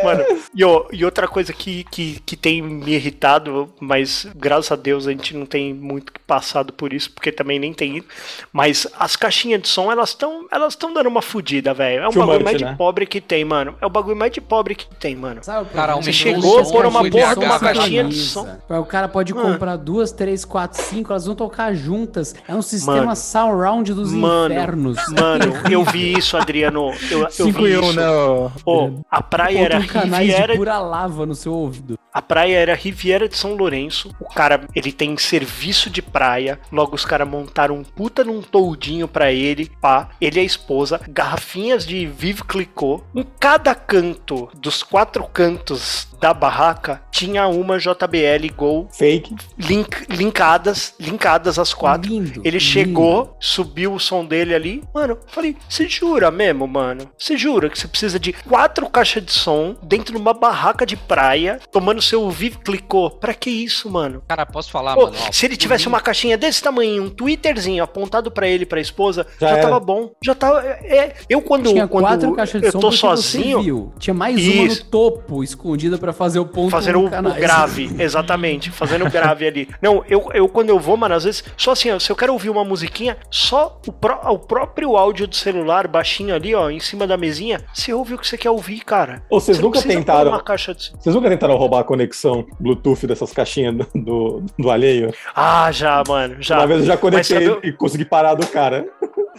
Mano, e, ó, e outra coisa que, que, que tem me irritado, mas graças a Deus a gente não tem muito que passado por isso, porque também nem tem ido, mas as caixinhas de som, elas estão elas tão dando uma fudida, velho. É um
Too
bagulho
much,
mais
né?
de pobre que tem, mano. É o bagulho mais de pobre que tem, mano.
Sabe o problema?
Cara,
Você
aumentou
chegou,
som,
pôr uma
foi
porra
DH,
de uma
cara.
caixinha de
é.
som.
O cara
Ah.
pode
Mano.
comprar duas, três, quatro, cinco, elas vão tocar juntas. É um sistema
Mano.
surround dos
Mano.
infernos. (laughs)
Mano, eu vi isso, Adriano. Eu, eu
5
vi
e 1,
isso.
né? ô?
Pô, a praia era
Contra canais de
Riviera
pura lava no seu ouvido.
A praia era Riviera de São Lourenço. O cara, ele tem serviço de praia. Logo, os caras montaram um puta num toldinho pra ele, pá. Ele e a esposa. Garrafinhas de Vive Clicô. Em cada canto, dos quatro cantos da barraca, tinha uma JBL Gol
Fake.
link, linkadas, linkadas as quatro.
Lindo.
Ele
lindo.
chegou, subiu o som dele ali. Mano, eu falei, você jura mesmo, mano? Você jura que você precisa de quatro caixas de som dentro de uma barraca de praia, tomando seu Vive Clicô? Pra que isso, mano?
Cara, posso falar,
Pô,
mano? ó,
se ele
por
tivesse
mim-
uma caixinha desse tamanho, um Twitterzinho apontado pra ele, e pra esposa,
Já
já,
era.
tava bom. Já tava. É, eu quando,
Tinha
quando
quatro caixas de
eu
som
tô
porque você
sozinho,
viu. Tinha mais uma no
Isso.
topo, escondida pra fazer o ponto
Fazendo
no
o, o
canais.
grave, exatamente. Fazendo o grave ali. Não, eu, eu quando eu vou, mano, às vezes, só assim, ó, se eu quero ouvir uma musiquinha, só o, pró- o próprio áudio do celular, baixinho ali, ó, em cima da mesinha, você ouve o que você quer ouvir, cara.
Ou vocês
Você não
nunca
precisa pôr
tentaram.
Uma caixa de...
Vocês nunca tentaram roubar a conexão Bluetooth dessas caixinhas do, do, do alheio?
Ah, já, mano, já.
Uma vez eu já
Mas
conectei
sabe
e consegui parar do cara.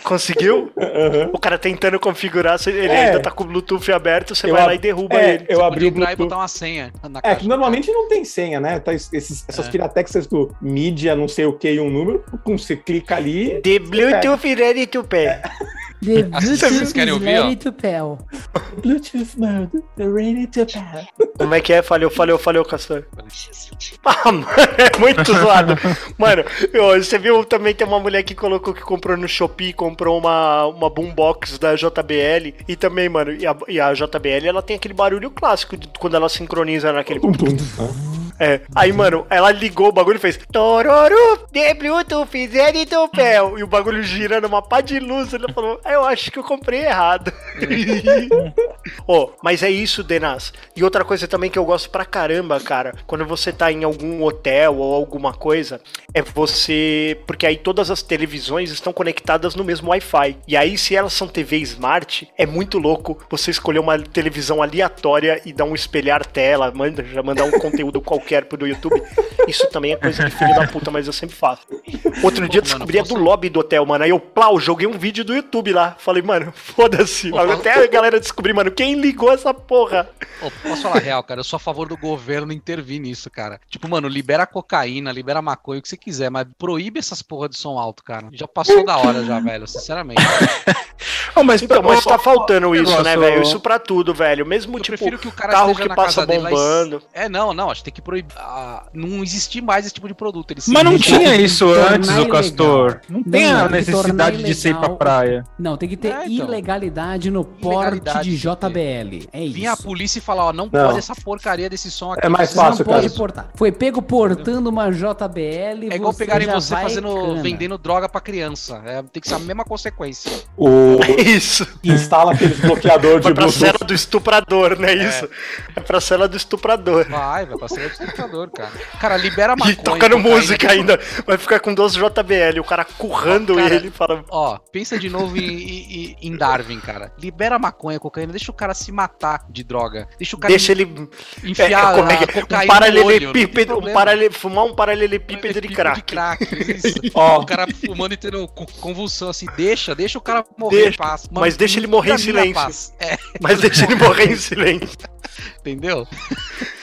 Conseguiu?
(laughs) Aham.
O cara tentando configurar, você- ele
É.
ainda tá com o Bluetooth aberto, você
Eu
vai
ab-
lá e derruba
É,
ele.
eu
Pode
abri o
entrar e
Bluetooth.
botar uma senha na
É,
caixa.
que normalmente não tem senha, né? Tá, esses, essas
É.
piratexas do mídia, não sei o que, e um número, com- você clica ali.
The Bluetooth ready to pay.
The
Vocês
Bluetooth
querem
is
ouvir, ó?
ready to pal.
Bluetooth mode, ready to pass.
Como é que é? Falhou, falhou, falhou, Castanho. Ah, mano, é muito zoado. Mano, eu- você viu também tem uma mulher que colocou que comprou no Shopee, comprou uma, uma boombox da JBL. E também, mano, e a, e a JBL ela tem aquele barulho clássico de quando ela sincroniza naquele.
um
É. Aí, mano, ela ligou o bagulho e fez. Tororo, de Bluetooth, Zen do Pel. E o bagulho gira numa pá de luz. Ela falou, "Ah, eu acho que eu comprei errado. (laughs) Ó, mas é isso, Denas. E outra coisa também que eu gosto pra caramba, cara, quando você tá em algum hotel ou alguma coisa, é você. Porque aí todas as televisões estão conectadas no mesmo Wi-Fi. E aí, se elas são TV Smart, é muito louco você escolher uma televisão aleatória e dar um espelhar tela, manda, já mandar um conteúdo qualquer pro YouTube. Isso também é coisa de filho da puta, mas eu sempre faço. Outro dia
Mano,
descobri a
posso-
do lobby do hotel, mano. Aí eu, plau, joguei um vídeo do YouTube lá. Falei, mano, (laughs) foda-se. Até a galera descobrir, mano, quem ligou essa porra?
Ô, posso falar real, cara? Eu sou a favor do governo intervir nisso, cara. Tipo, mano, libera cocaína, libera maconha, o que você quiser, mas proíbe essas porra de som alto, cara. Já
Hum.
passou da hora já, velho, sinceramente.
Oh, mas
Então, mas tá faltando
eu
isso, né,
gosto-
velho? Isso pra tudo, velho. Mesmo,
Eu
tipo,
prefiro que o cara
carro
esteja
que
na
passa
casa dele lá e-
bombando. (laughs)
(laughs) É, não, não, acho que tem que proibir. ah, não existir mais esse tipo de produto. Ele se
Mas não
limita-
tinha isso
Tornar
antes, o
ilegal.
Castor. Não tem
Não,
a
tem que tornar
necessidade de ser ir pra
ilegal.
praia.
Não, tem que ter
É, então.
ilegalidade no porte
Ilegalidade
de
tem que
JBL. É isso.
Vinha a polícia e falar, ó, não, pode essa porcaria desse som aqui.
É mais
Você
fácil,
não pode
cara.
portar. Foi pego portando uma JBL.
É igual
você
pegarem
já
você
vai
fazendo,
cana.
vendendo droga pra criança. É, tem que ser a mesma consequência.
O,
É isso.
Tipo
instala aqueles bloqueador de
Vai pra cela
Bluetooth.
do estuprador, não é isso? É pra cela do estuprador.
Vai, vai pra cima do estuprador, cara. Cara, libera maconha.
e tocando
cocaína,
música ainda. Vai ficar com 12 JBL, o cara currando
Cara,
ele e fala.
Ó, pensa de novo em, em- em Darwin, cara. Libera maconha, cocaína, deixa o cara se matar de droga. Deixa o cara
Deixa ele
en- enfiar
como é
a
que é? um
cocaína no olho. não tem
paralelepípedo, um
problema.
paralele, fumar um paralelepípedo de
Paralelepípedo
crack. (laughs)
isso.
Ó.
O cara fumando e tendo co- convulsão assim, deixa, deixa o cara morrer
Deixa,
em paz. Mano,
mas deixa ele morrer em
pra mim,
silêncio.
rapaz. É,
Mas deixa ele morrer em silêncio.
entendeu?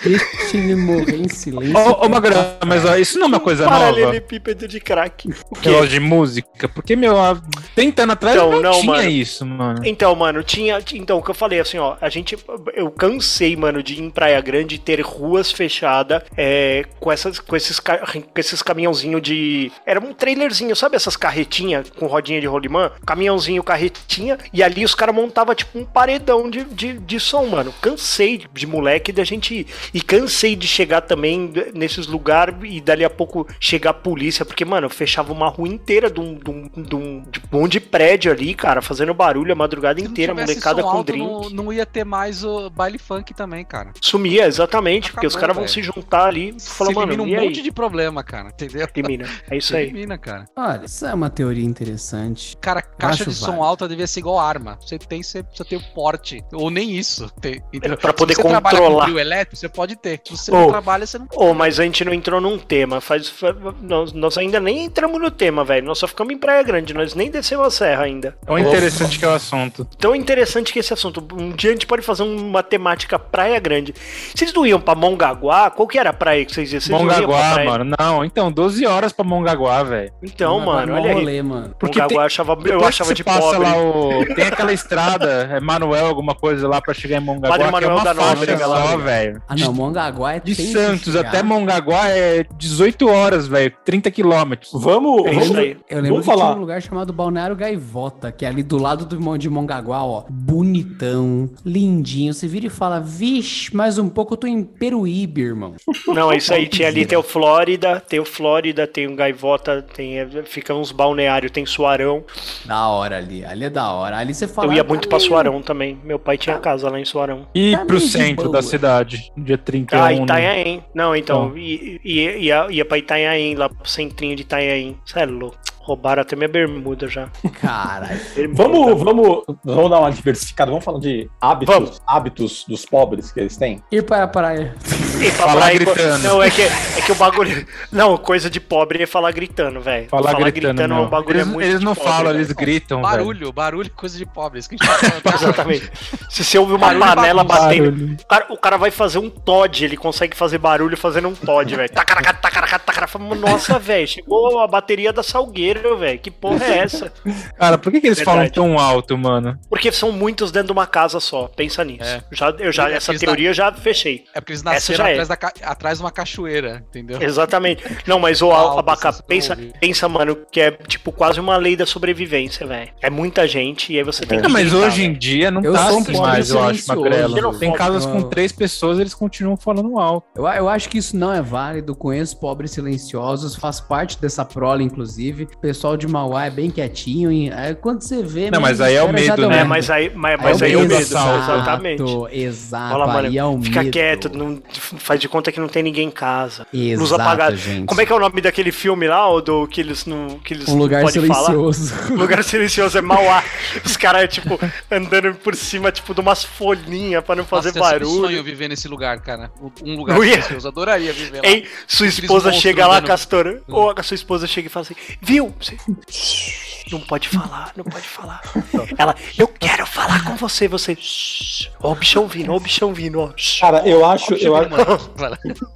Deixa ele morrer em silêncio.
(laughs) Ô, ô Magrão, mas ó, isso não é uma coisa nova.
Paralelepípedo de crack. O quê?
Relógio de música. Porque, meu, há 30 anos atrás
Então,
não,
não,
tinha
mano.
isso, mano.
Então, mano, tinha. ti- Então, o que eu falei, assim, ó, a gente. Eu cansei, mano, de ir em Praia Grande e ter ruas fechadas é, com, essas, com esses, ca- com esses caminhãozinhos de. Era um trailerzinho, sabe essas carretinhas com rodinha de rolimã? Caminhãozinho, carretinha, e ali os caras montavam tipo um paredão de, de, de som, mano. Cansei de- de moleque da gente ir. E cansei de chegar também nesses lugares e dali a pouco chegar a polícia, porque, mano, eu fechava uma rua inteira de um, de um, de um, de um monte de prédio ali, cara, fazendo barulho a madrugada
Se não
inteira,
tivesse
molecada
som
com
alto,
drink.
Não, não ia ter mais o baile funk também, cara.
Sumia, exatamente, porque os
Acabou,
caras vão
velho.
se juntar ali e falar,
Se elimina
mano, e
um monte
aí?
de problema, cara, entendeu?
(laughs) Elimina. É isso
Se (laughs)
aí.
elimina, cara.
Olha, isso é uma teoria interessante.
Cara, caixa
Acho
de som
válido.
alta devia ser igual arma. Você tem, você precisa ter o porte. Ou nem isso. Tem, entendeu?
pra poder
Se você trabalha com
controlar.
trio elétrico, você pode ter. Se você
Ô.
não trabalha, você não
Oh, mas a gente não entrou num tema. Faz, fa- nós, nós ainda nem entramos no tema, velho. Nós só ficamos em Praia Grande, nós nem descemos a serra ainda.
Tão interessante que é o assunto.
Tão interessante que esse assunto. Um dia a gente pode fazer uma temática Praia Grande. Vocês não iam pra Mongaguá? Qual que era a praia que vocês iam? Vocês não iam pra
Mongaguá,
praia?
mano. Não, então, 12 horas pra Mongaguá, velho.
Então,
Agora,
mano,
mó
olha aí.
rolê, mano.
Porque
Mongaguá
tem-
eu achava, eu
Depois
achava
que
de
você passa
pobre.
lá o. Tem aquela estrada, é Manuel, alguma coisa lá pra chegar em Mongaguá,
Padre
que é
Manuel
uma
da
faixa
Nóbrega lá,
só,
né?
velho.
Ah,
De-
não, Mongaguá é
De
tem que
Santos
chegar.
até Mongaguá é 18 horas, velho. 30
Tá
quilômetros.
Vamos,
É isso
vamos,
aí.
Eu lembro
Vamos
que tinha
falar.
um lugar chamado Balneário Gaivota, que é ali do lado do, Mon- de Mongaguá, ó. Bonitão, lindinho. Você vira e fala, vixe, mais um pouco eu tô em Peruíbe, irmão.
Não, isso aí tinha ali, tem o Flórida, tem o Flórida, tem o Gaivota, tem. é, Fica uns balneários, tem Suarão.
Da hora ali, ali é da hora. Ali você fala...
Eu ia
"Tá
muito pra Suarão também. Meu pai
Ah.
tinha casa lá em Suarão.
E
Tá
pro
meio de
centro
boa.
da cidade, dia
Ah,
31. né?
Itanhaém. Não, então, i- i- ia, ia pra Itanhaém, lá pro centrinho de Itanhaém. Cê é louco. Roubaram até minha bermuda já.
(laughs) Caralho.
vamos, vamos, vamos dar uma diversificada. Vamos falar de hábitos,
Vamos.
hábitos dos pobres que eles têm.
Ir para é. a praia.
E
Falar gritando.
Não, é que, é que o bagulho. Não, coisa de pobre é falar gritando, velho.
Falar, gritando,
é um
não.
bagulho
Eles,
é muito.
eles
de
não
pobre,
falam,
velho.
eles gritam. velho.
Barulho, barulho, é coisa de pobre. Isso que a
(laughs)
gente tá falando até agora.
Exatamente. Se você ouve uma
Barulho e
panela
bagunça.
batendo. O cara, o cara vai fazer um Todd, ele consegue fazer barulho fazendo um Todd, velho. Tacaraca, tacaraca, tacaraca. Fala, Nossa, velho, chegou a bateria da Salgueiro, velho. Que porra é essa?
Cara, por que, que eles
É Verdade.
falam tão alto, mano?
Porque são muitos dentro de uma casa só. Pensa nisso.
É.
Já, eu já,
É,
essa
eles
teoria eu já fechei.
É porque eles
Essa já
nasceram
é.
atrás, da ca- atrás de uma cachoeira, entendeu?
Exatamente. Não, mas o
Alto,
Abacá,
vocês
pensa,
vão ouvir.
pensa, mano, que é tipo quase uma lei da sobrevivência, velho. É muita gente e aí você tem que.
Não, mas
gritar,
hoje
velho.
em dia não
Eu
tá
sou um
assim
pobre
mais, eu acho,
silencioso.
Magrelo. Tem
Eu-
casas com
eu-
três pessoas eles continuam falando alto.
Eu, eu acho que isso não é válido. Conheço pobres silenciosos, faz parte dessa prole, inclusive. O pessoal de Mauá é bem quietinho. E, aí, quando você vê.
Não,
mano,
mas aí é o
os caras já
medo,
dão
né?
É,
merda.
mas aí, mas, mas
é o
aí eu
medo,
medo,
assalto.
exatamente.
Exato, Exato.
Fala, mano,
aí é o
fica
medo.
quieto, não, faz de conta que não tem ninguém em casa.
Exato,
luz apagada.
gente.
Como é que é o nome daquele filme lá, ou do que eles não que eles
Um
não
lugar
podem
silencioso.
falar? Um Lugar silencioso é Mauá. Os caras, tipo, andando por cima, tipo, de umas folhinhas pra não fazer
Nossa, é sempre um
barulho.
sonho viver nesse lugar, cara. Um lugar
Não ia?
que eu adoraria viver lá.
Ei, sua
um
Aqueles
esposa
monstros
chega lá,
andando.
Castor,
Hum.
ou a sua esposa chega e fala assim, viu? Você- Não pode falar, não
(laughs)
pode falar. Ela, eu quero falar com você, você. "Shh, Ó, o bichão vindo, ó, o bichão vindo, ó. shh."
Cara, eu
Tipo,
acho, eu acho.
(laughs)
(laughs)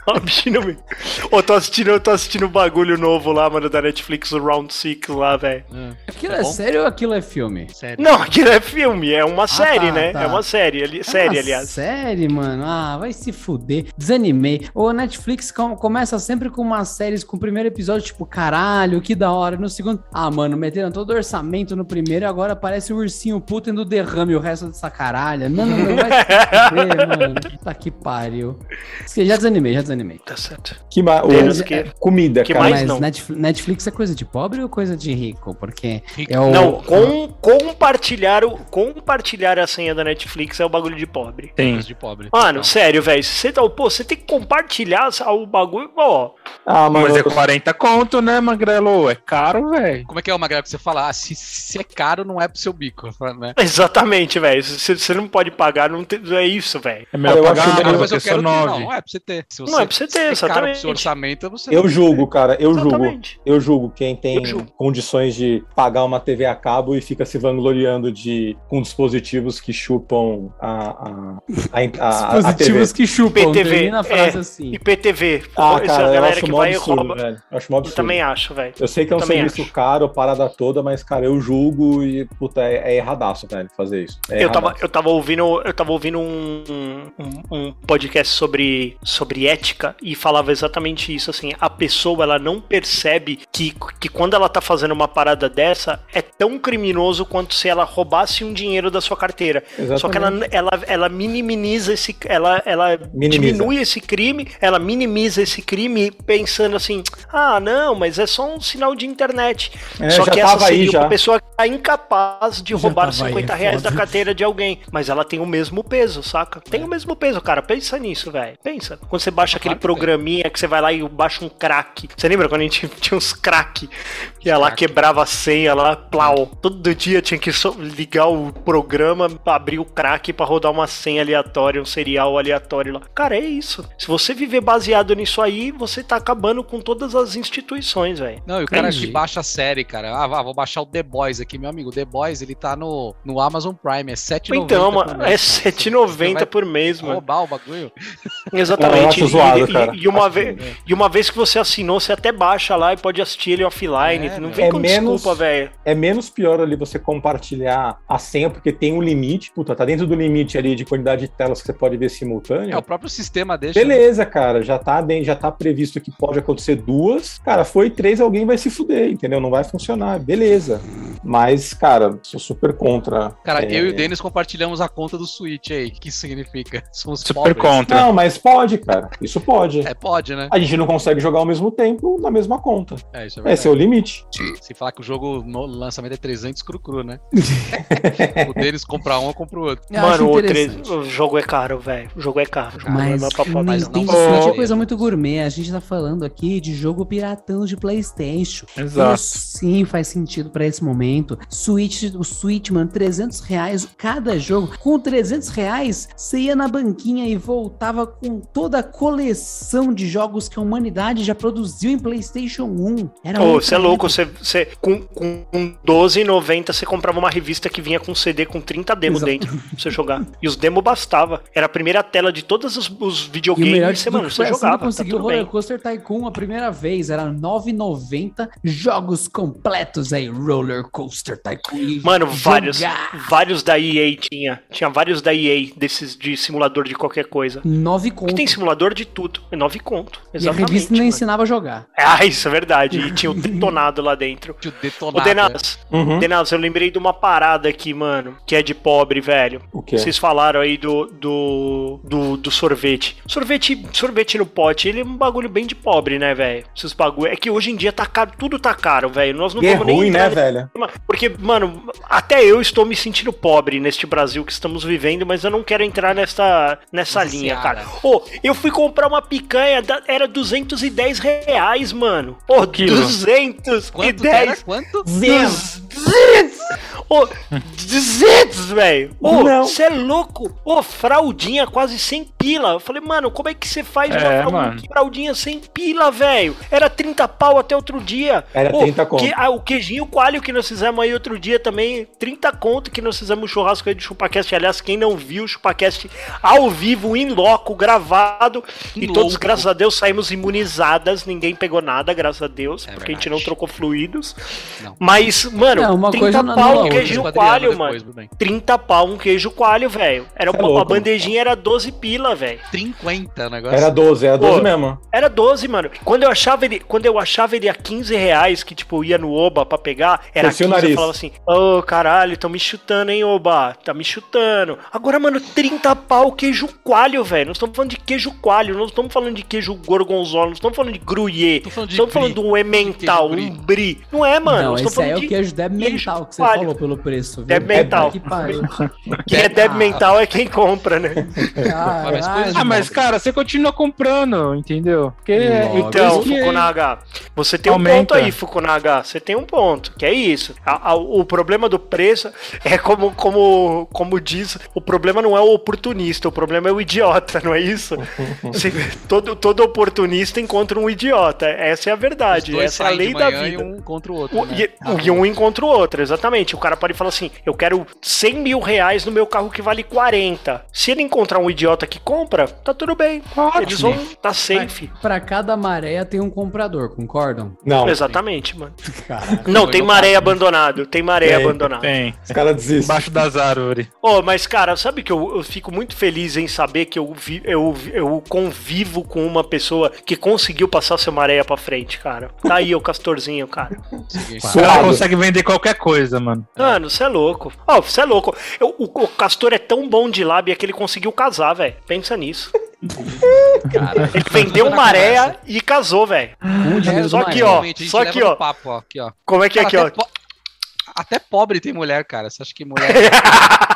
Ó, o bichinho vindo. Ô, tô assistindo, eu tô assistindo um bagulho novo lá, mano, da Netflix, o Round Six lá, velho.
Aquilo
Tá
é
bom?
sério ou aquilo é filme?
Sério.
Não, aquilo é filme, é uma série,
tá,
né?
tá.
É uma série, ali,
É
série,
uma
aliás.
Série, mano. Ah, vai se fuder. Desanimei. O Netflix com- começa sempre com umas séries com o primeiro episódio, tipo, caralho, que da hora. No segundo, ah, mano, meteram todo o orçamento no primeiro e agora aparece o ursinho puto do derrame o resto dessa caralha. Não, não, não vai se fuder, mano. Puta que pariu. Esque- Já desanimei, já desanimei.
(laughs) Tá certo.
Que ma... o-
Temos que.
Comida,
Que
cara.
mais? não.
Netf- Netflix é coisa de pobre ou coisa de rico? Porque
Rico.
é o.
Não, com, compartilhar, o, compartilhar a senha da Netflix é o bagulho de pobre.
Tem.
de pobre.
Mano,
Não.
sério, velho. se Você tá, pô, você tem que compartilhar o bagulho, ó.
Ah, mano,
Mas é
eu-
40 conto, né, Magrelo? É caro, velho.
Como é que é uma greve que você fala? Ah, se, se é caro, não é pro seu
Ah,
bico, (laughs) né?
Exatamente, velho. Você você não pode pagar, não tem- é isso, velho.
É melhor
Eu
pagar
acho
uma
melhor-
coisa,
mas eu quero ter. Não,
nove.
não é pra você ter. Se
Não é pra você ter,
se é caro pro
exatamente.
seu orçamento, você
eu julgo, cara. Eu julgo.
Exatamente.
Eu julgo quem tem
Eu julgo.
condições de pagar uma TV a cabo e fica se vangloriando de com dispositivos que chupam a, a, a, Ah, a, a, a TV.
dispositivos que chupam.
PTV,
Termina a frase
é.
assim.
E PTV.
Ah,
essa
cara, eu
galera
acho
que
mó
vai e
absurdo,
rouba.
velho. Eu acho mó
Eu
absurdo.
também acho, velho.
Eu sei que é um
também
serviço
acho.
caro, parada toda, mas, cara, eu julgo e, puta, é, é erradaço, velho, fazer isso. É
Eu tava,
erradaço.
eu tava ouvindo, eu tava ouvindo um, um, um podcast sobre, sobre ética e falava exatamente isso, assim, a pessoa ela não percebe que, que quando ela tá fazendo uma parada dessa, é tão criminoso quanto se ela roubasse um dinheiro da sua carteira.
Exatamente.
Só que ela, ela, ela minimiza esse. Ela, ela
Minimiza.
diminui esse crime, ela minimiza esse crime pensando assim: ah, não, mas é só um sinal de internet.
É,
só
já
que essa
tava aí,
seria
já.
uma pessoa que é incapaz de
Já
roubar
tava aí,
50
é
reais
foda. É.
da carteira de alguém. Mas ela tem o mesmo peso, saca? Tem o mesmo peso, cara. Pensa nisso, velho. Pensa. Quando você baixa
Ah,
aquele
Claro que
programinha que você vai lá e baixa um crack. Você lembra quando a gente (laughs) tinha uns crack? Ia lá,
Crack.
quebrava a senha lá, plau. Todo dia tinha que só ligar o programa, abrir o crack pra rodar uma senha aleatória, um serial aleatório lá. Cara, é isso. Se você viver baseado nisso aí, você tá acabando com todas as instituições, velho.
Não, e o cara
Entendi.
que baixa a série, cara. Ah, vá, vou baixar o The Boys aqui, meu amigo. O The Boys, ele tá no, no Amazon Prime, é R$7,90.
Então,
por
mano,
mês,
é
cara.
R$7,90
Você
por mês,
vai
mano.
roubar o bagulho?
Exatamente.
Eu É, acho
E-
zoado,
e,
cara.
e uma
Acho
vez, e uma vez que você assinou, você até baixa lá e pode assistir ele offline.
É,
não
né?
vem
É
com
menos-
desculpa, velho.
É menos pior ali você compartilhar a senha, porque tem um limite, puta, tá dentro do limite ali de quantidade de telas que você pode ver
É, o
simultâneo.
próprio sistema deixa. né?
Beleza, cara, já tá, den- já tá previsto que pode acontecer duas. Cara, foi três, alguém vai se fuder, entendeu? Não vai funcionar, beleza. Mas, cara, sou super contra.
Cara,
é,
eu e o Denis compartilhamos a conta do Switch aí. O que isso significa? (laughs) Somos
Super
pobres.
contra.
Não, mas pode, cara. Isso pode.
É, pode, né?
A gente não consegue jogar ao mesmo tempo na mesma conta.
É, isso é
Esse é
verdade.
o limite.
Se falar que o jogo no lançamento é 300
(laughs)
cru-cru, né? o Denis compra um, eu compro outro.
Eu acho
Mano, o, três-
interessante.
o jogo é caro, velho. O jogo é caro. O jogo
Mas
não é pra pagar,
mas
não.
tem
Ô,
isso
ô.
de coisa muito gourmet. A gente tá falando aqui de jogo piratão de Playstation.
Exato.
Isso sim faz investido para esse momento. Switch, o Switchman, 300 reais cada jogo. Com 300 reais, você ia na banquinha e voltava com toda a coleção de jogos que a humanidade já produziu em PlayStation 1. Era
Ô,
outra
você é louco,
vida.
você, você, com, com com 12,90 você comprava uma revista que vinha com CD com 30 demos
Exato.
dentro pra você jogar. E os demos bastava. Era a primeira tela de todos os, os
E o
videogames
melhor
que
de
você,
tudo
mano,
que
você
foi assim que
jogava. Tá
conseguiu o
tudo
Roller
bem.
Coaster Tycoon a primeira vez. Era 9,90 jogos completos aí. Roller Coaster Tycoon. E
Mano, vários,
jogar.
vários da EA tinha. Tinha vários da EA desses de simulador de qualquer coisa.
Nove
Que
contos.
tem simulador de tudo. É nove conto.
E a
Exatamente.
revista não
mano.
ensinava a jogar.
Ah, isso é verdade. E
(laughs)
tinha o detonado lá dentro.
Tio
Ô,
detonado. né?
Denas,
Uhum.
Denas, eu lembrei de uma parada aqui, mano, que é de pobre, velho.
O quê?
Vocês falaram aí do, do, do, do sorvete. Sorvete. Sorvete no pote, ele é um bagulho bem de pobre, né, velho? Esses bagulho. É que hoje em dia tá caro, tudo tá caro, velho. Nós não
E é
vamos nem
ruim, né,
entrar nesse
velho?
tema, Porque, mano, até eu estou me sentindo pobre neste Brasil que estamos vivendo, mas eu não quero entrar nessa, nessa
Nessa
linha,
seara.
cara. Ô, eu fui comprar uma picanha, da- era 210 reais, mano. Ô,
quilo.
210
Quanto que
é
era? Quanto?
200! Ô, 200, velho! Ô,
Não.
você é louco! Ô, fraldinha quase 100 pila. Eu falei, mano, como é que você faz
É,
fralda-
mano.
fraldinha sem pila, velho? Era 30 pau até outro dia.
Era 30 conto.
que- ah, o queijinho coalho que nós fizemos aí outro dia também, 30 conto que nós fizemos o churrasco aí do ChupaCast. Aliás, quem não viu o ChupaCast ao vivo, em loco, gravado.
Em
e todos,
loco.
graças a Deus, saímos imunizadas. Ninguém pegou nada, graças a Deus.
É
porque a gente
verdade.
não trocou fluidos.
Não.
Mas, mano,
Não, uma
30
coisa não é anula a
pau um
outra.
queijo
Quadrilhada
coalho,
né? depois,
mano.
tudo bem.
30 pau um queijo coalho, velho. Era
Cê é
uma,
louco,
a bandejinha era 12 pila, velho.
50 o um negócio. assim.
Era 12, era 12
Pô.
mesmo.
Era 12, mano. Quando eu achava ele, quando eu achava ele a 15 reais, que tipo ia no Oba pra pegar, era
Torcia o
15, eu
nariz.
falava assim: "Ô, caralho, tão me chutando, hein, Oba? Tá me chutando". Agora, mano, 30 pau queijo coalho, velho. Nós estamos falando de queijo coalho, não estamos falando de queijo gorgonzola, não estamos falando de gruyê.
Tô falando de
Estamos falando de
brie.
um emmental,
queijo
um brie. Não é, mano.
não,
nós estamos
esse aí é
falando
o
de-
queijo deb
queijo
mental que você
coalho.
falou pelo preço. viu?
Deb mental.
Que pariu.
Quem é deb mental é quem compra, né?
coisas
Ah, mas cara, você continua comprando, entendeu? Porque
Lógico.
Então,
Por isso que- é
Fukunaga, você tem um ponto
Aumenta.
aí, Fukunaga. Você tem um ponto, que é isso. A- a- o problema do preço (laughs) é como, como, como diz, o problema não é o oportunista, o problema é o idiota, não é
(laughs)
isso? Você- todo, todo oportunista encontra um idiota. Essa é a
Os
verdade,
dois
essa é a
saem de
lei da
manhã
vida.
E um contra o outro.
O-
né?
e,
Ah.
o- e um encontra o outro, exatamente. O cara pode falar assim: eu quero 100 mil reais no meu carro que vale 40. Se ele encontrar um idiota que compra, tá tudo bem.
Ótimo.
Eles vão tá safe.
Pra cada maré tem um comprador, concordam?
Não,
Exatamente, mano.
Caralho.
Não,
Foi
tem
no né?
maré abandonado. Tem maré
Tem,
abandonado.
tem.
os caras desistem.
Embaixo das árvores.
Ô, mas, cara, sabe que eu, eu fico muito feliz em saber que eu, vi- eu, vi- eu convivo com uma pessoa que conseguiu passar seu maré pra frente, cara. Tá aí o Castorzinho, cara.
Seguinte.
O cara
Suado.
consegue vender qualquer coisa, mano.
Mano, você é louco. Ó, você é louco. Eu- o, o Castor é tão bom de lábia que ele conseguiu casar, velho. Pensa nisso. Ele (laughs) vendeu
Na
uma areia e casou, velho.
Um de
só
maré.
que, ó.
Realmente, a gente
só
leva
que,
no
ó.
Papo, ó. Aqui, ó.
Como é que é
Cara,
aqui,
(laughs) até
ó? (laughs)
po- Até pobre tem mulher, cara. Você acha que mulher. Tudo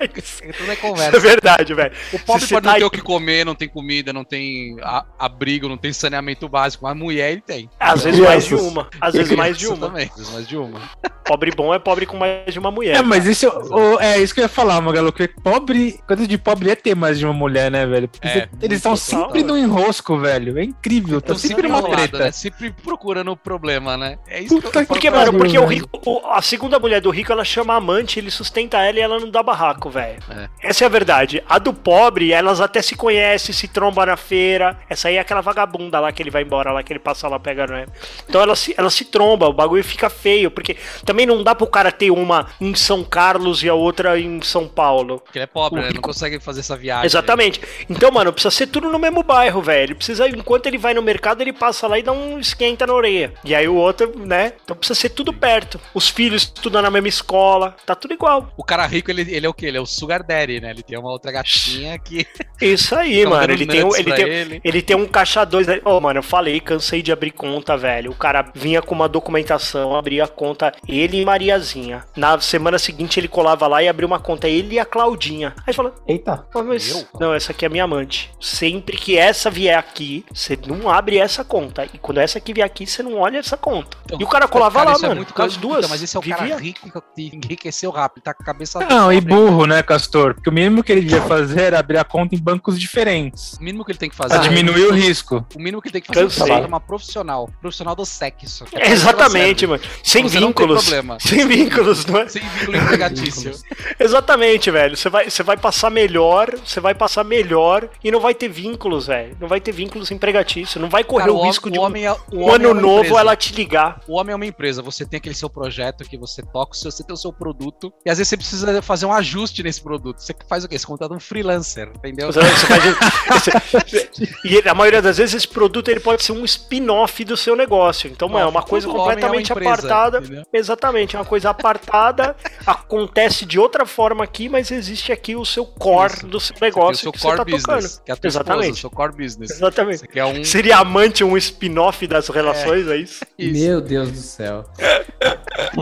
é
Isso é
conversa.
verdade, velho.
O pobre
Se (laughs) você
pode não
tá
ter
aí-
o que comer, não tem comida, não tem a- abrigo, não tem saneamento básico. Mas mulher ele tem.
Às vezes mais de uma. Às vezes mais de
é Isso
uma.
Também, às vezes mais de uma.
Então
Pobre bom é pobre com mais de uma mulher.
É, mas isso o- é isso que eu ia falar, Magalo, que pobre, coisa de pobre é ter mais de uma mulher, né, velho? Porque
É,
eles estão
total,
sempre
velho.
no enrosco, velho. É incrível,
Então,
tá sempre numa
enrolado,
treta.
né? Sempre procurando o problema, né? É isso
Puta
eu-
que
Porque,
Puta
mano,
pariu,
porque o
velho.
rico, o- a segunda mulher do rico, ela chama amante, ele sustenta ela e ela não dá barraco, velho.
É.
Essa é a verdade. A do pobre, elas até se conhecem, se trombam na feira. Essa aí é aquela vagabunda lá que ele vai embora, lá que ele passa lá, pega, não é? Então ela se, ela se tromba, o bagulho fica feio, porque também não dá pro cara ter uma em São Carlos e a outra em São Paulo.
Porque ele é pobre, né? Não consegue fazer essa viagem.
Exatamente. Então, mano, precisa ser tudo no mesmo bairro, velho. Ele Precisa, enquanto ele vai no mercado, ele passa lá e dá um esquenta na orelha. E aí o outro, né? Então precisa ser tudo perto. Os filhos estuda na mesma escola, tá tudo igual.
O cara rico, ele, ele é o quê? Ele é o Sugar Daddy, né? Ele tem uma outra gatinha que.
Isso aí,
fica
mano.
Então, dando
Ele tem, um-
nuts
ele,
pra
tem, Ele tem um caixa 2. Ô, mano, eu falei, cansei de abrir conta, velho. O cara vinha com uma documentação, abria a conta, ele e Mariazinha. Na semana seguinte ele colava lá e abriu uma conta, ele e a Claudinha. Aí fala,
Eita,
"Pô, mas.
Meu?
Não, essa aqui é minha amante. Sempre que essa vier aqui, você não abre essa conta. E quando essa aqui vier aqui, você não olha essa conta.
Então,
e o cara colava
Cara,
lá,
isso é
mano.
muito
com
coisa
as
de
duas.
puta, mas esse é o cara
vivia. (laughs)
rico que enriqueceu rápido, tá com a cabeça.
Não, e
dura, né?
burro, né, Castor? Porque o mínimo que ele devia fazer era abrir a conta em bancos diferentes.
O mínimo que ele tem que fazer. é
Pra diminuir o risco.
O mínimo que ele tem que fazer
Cansei.
é uma profissional. Profissional do sexo.
É, Exatamente, mano. Sem
Você não tem
vínculos.
problema.
(laughs) Sem vínculos, não é?
Sem vínculo empregatício.
Exatamente, velho. Você vai, você vai passar melhor, você vai passar melhor e não vai ter vínculos, velho. Não vai ter vínculos empregatícios. Não vai correr
Cara,
o risco de um,
homem é- o
um
homem é
ano
uma
novo
empresa.
ela te ligar.
O homem é uma empresa, você tem aquele seu projeto que você toca, o seu- você tem o seu produto, e às vezes você precisa fazer um ajuste nesse produto. Você faz o quê? Você contrata um freelancer, entendeu?
Você- você faz- um- esse- (laughs) e ele- a maioria das vezes esse produto ele pode ser um spin-off do seu negócio. Então, mano, é uma
(laughs) Todo
coisa
homem é uma
completamente
empresa,
apartada.
entendeu?
Exatamente, é uma coisa apartada. (laughs) acontece de outra forma aqui, mas existe aqui o seu core
Isso.
do seu
Tem o
negócio
seu
que você
core
tá
business,
tocando.
que é a tua
Exatamente.
esposa, o seu core business.
Exatamente.
Você quer um
Seria amante um spin-off das relações, é isso?
isso.
Meu Deus do céu.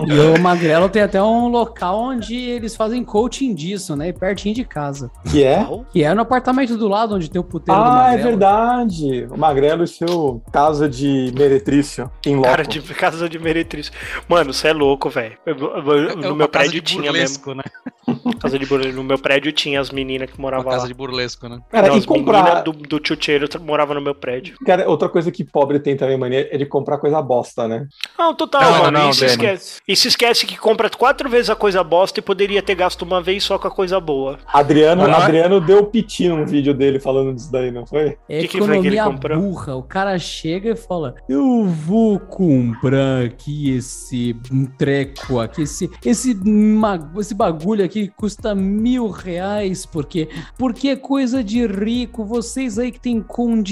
e o Magrelo tem até um local onde eles fazem coaching disso, né? Pertinho de casa.
que é?
Que é no apartamento do lado onde tem o puteiro do
Ah, é
Magrelo.
verdade. O Magrelo e seu casa de meretrício em loco.
Cara tipo, de casa de meretriz. Mano, você é louco, velho. Eu- eu- eu-
É
No
uma
meu
casa
prédio
de
tinha mesmo.
burlesco, né?
Casa de burlesco. No meu prédio tinha as meninas que
Uma
moravam
casa
lá.
de burlesco, né?
Cara,
Não,
e
as meninas
comprar.
do, do tchutcheiro tra- moravam no meu prédio.
Cara, outra coisa que pobre tem também, mania, é de comprar coisa bosta, né?
Não, total,
Não,
mano.
não, não,
e, se
Dani.
esquece, e se esquece que compra quatro vezes a coisa bosta e poderia ter gasto uma vez só com a coisa boa.
Adriano,
Mas não é-
Adriano deu piti num vídeo dele falando disso daí, não foi?
É
Que que foi que ele
economia
comprou?
burra. O cara chega e fala: Eu vou comprar aqui esse treco aqui, esse, esse, ma- esse bagulho aqui que custa mil reais, porque, porque é coisa de rico. Vocês aí que tem